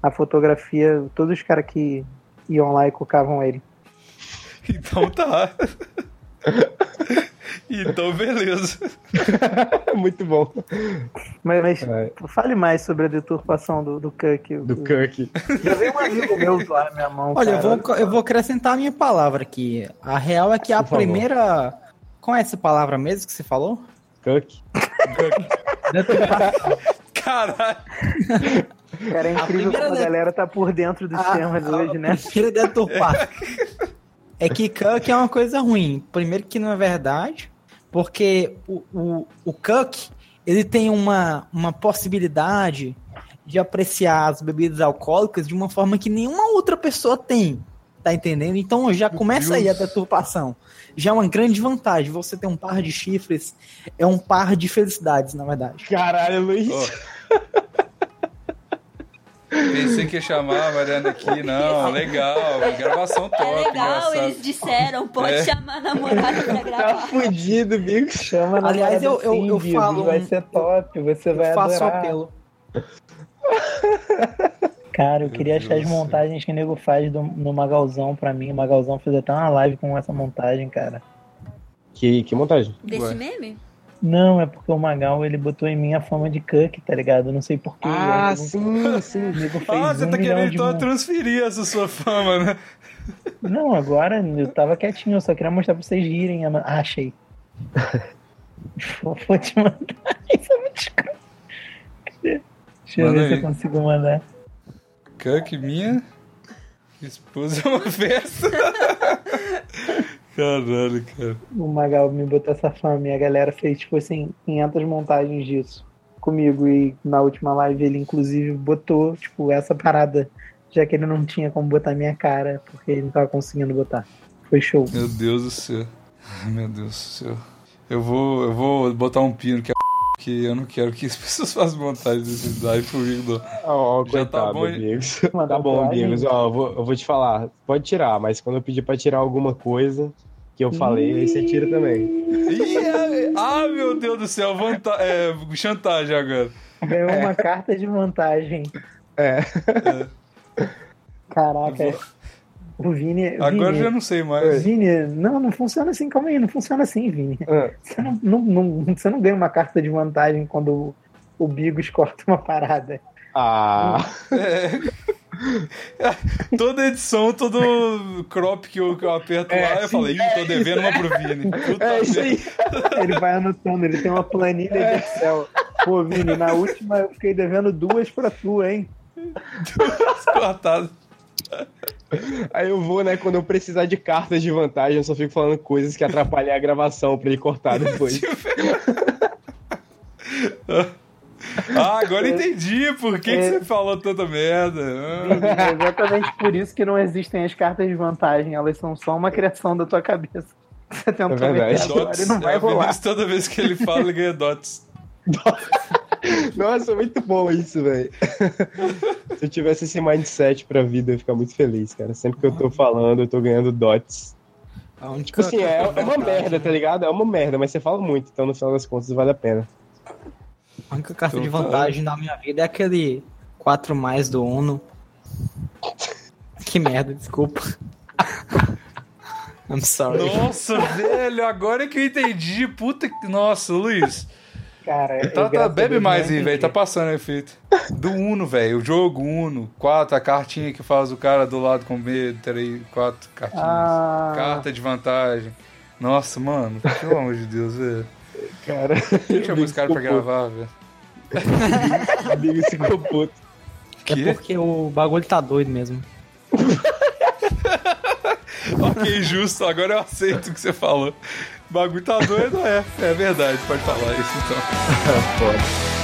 a fotografia. Todos os caras que iam lá e cucavam ele. Então tá. então beleza. É muito bom. Mas, mas É, fale mais sobre a deturpação do, do Cook. do Cuck. Eu vi um amigo meu doar minha mão. Olha, eu cara. vou, eu vou acrescentar a minha palavra aqui. A real é que a Por favor. primeira. Qual é essa palavra mesmo que você falou? Cuck. Caralho. Cara, é incrível primeira como a det- galera tá por dentro dos temas hoje, *laughs* né? A primeira deturpada. *laughs* é que cuck é uma coisa ruim. Primeiro que não é verdade, porque o, o, o cuck, ele tem uma, uma possibilidade de apreciar as bebidas alcoólicas de uma forma que nenhuma outra pessoa tem. Tá entendendo? Então já começa aí a deturpação. Já é uma grande vantagem. Você ter um par de chifres é um par de felicidades, na verdade. Caralho, Luiz. Ó. Pensei que ia chamar a Mariana aqui, não. Legal. Gravação top, É legal, engraçado. eles disseram, pode É. chamar a namorada pra Tá gravar. fudido, Bigos. Chama na Aliás, hora do eu- eu- eu Cindy, falo Vai um- ser top, você vai Faço adorar. apelo. Cara, eu queria Meu achar Deus as do céu. montagens que o nego faz do, no Magalzão pra mim. O Magalzão fez até uma live com essa montagem, cara. Que, que montagem. Desse Ué. meme? Não, é porque o Magal, ele botou em mim a fama de cuck, tá ligado? Eu não sei porquê. Ah, eu- sim, O sim. nego fez Ah, você um tá milhão querendo de então mon- transferir essa sua fama, né? Não, agora eu tava quietinho, eu só queria mostrar pra vocês rirem. Ana. Ah, achei. Vou te mandar. *laughs* Isso é muito escroto. Cadê? Deixa eu Manda ver se aí. eu consigo mandar. Cuck, minha esposa é uma festa. Caralho, cara. O Magal me botou essa fama e a galera fez, tipo assim, 500 montagens disso comigo. E na última live ele, inclusive, botou, tipo, essa parada, já que ele não tinha como botar minha cara, porque ele não tava conseguindo botar. Foi show. Meu Deus do céu. Ai, meu Deus do céu. Eu vou, eu vou botar um pino que é *laughs* Porque eu não quero que as *laughs* pessoas façam vontade de suicidar e fugir do... Ó, ó, Já coitado, tá bom, hein? amigos. Mandar um Tá bom, pra gente. amigos. Ó, eu vou, eu vou te falar. Pode tirar, mas quando eu pedir pra tirar alguma coisa que eu falei, aí você tira também. Ih, é- ah, meu Deus do céu, vanta... é, chantagem agora. Ganhou uma carta de vantagem. É. Caraca. O Vini. Agora eu Vini, já não sei mais. Vini, não, não funciona assim, calma aí, não funciona assim, Vini. Ah. Você não, não- não- você não ganha uma carta de vantagem quando o Bigos corta uma parada. Ah, É. Toda edição, todo crop que eu, que eu aperto É, lá, eu falei, ih, tô devendo uma pro Vini. Puta *laughs* é isso merda. aí. Ele vai anotando, ele tem uma planilha É. de Excel. Pô, Vini, na última eu fiquei devendo duas pra tu, hein? Cortado. Aí eu vou, né? Quando eu precisar de cartas de vantagem, eu só fico falando coisas que atrapalham a gravação pra ele cortar depois. Ah, agora É. entendi por que, que você falou tanta merda. Ah. Vini, é exatamente por isso que não existem as cartas de vantagem, elas são só uma criação da tua cabeça. Você tentou É verdade. meter agora e Dots. não vai é, o rolar. Vinícius, toda vez que ele fala, ele ganha dots. *laughs* Nossa, muito bom isso, velho. *laughs* Se eu tivesse esse mindset pra vida, eu ia ficar muito feliz, cara. Sempre que eu tô falando, eu tô ganhando dots. A única Tipo assim, é, é uma vantagem- merda, tá ligado? É uma merda, mas você fala muito, então no final das contas vale a pena. A única carta de Então tá. vantagem na minha vida é aquele 4 mais do Uno. Que merda, desculpa. *laughs* I'm sorry. Nossa, velho, agora que eu entendi. Puta que. Nossa, Luiz. Cara, eu, Tá, tá, graças a bebe Deus, mais não aí, velho. Tá É né? entendi. passando efeito. Do Uno, velho. O jogo Uno. Quatro, a cartinha que faz o cara do lado comer. Três, quatro cartinhas. Ah. Carta de vantagem. Nossa, mano. Pelo amor de Deus, velho. Cara, *laughs* Quem chamou esse cara pra gravar, velho? É amigo ficou puto. É Que? porque o bagulho tá doido mesmo. Ok, justo. Agora eu aceito o que você falou. O bagulho tá doido, é. É verdade. Pode falar isso então. Foda.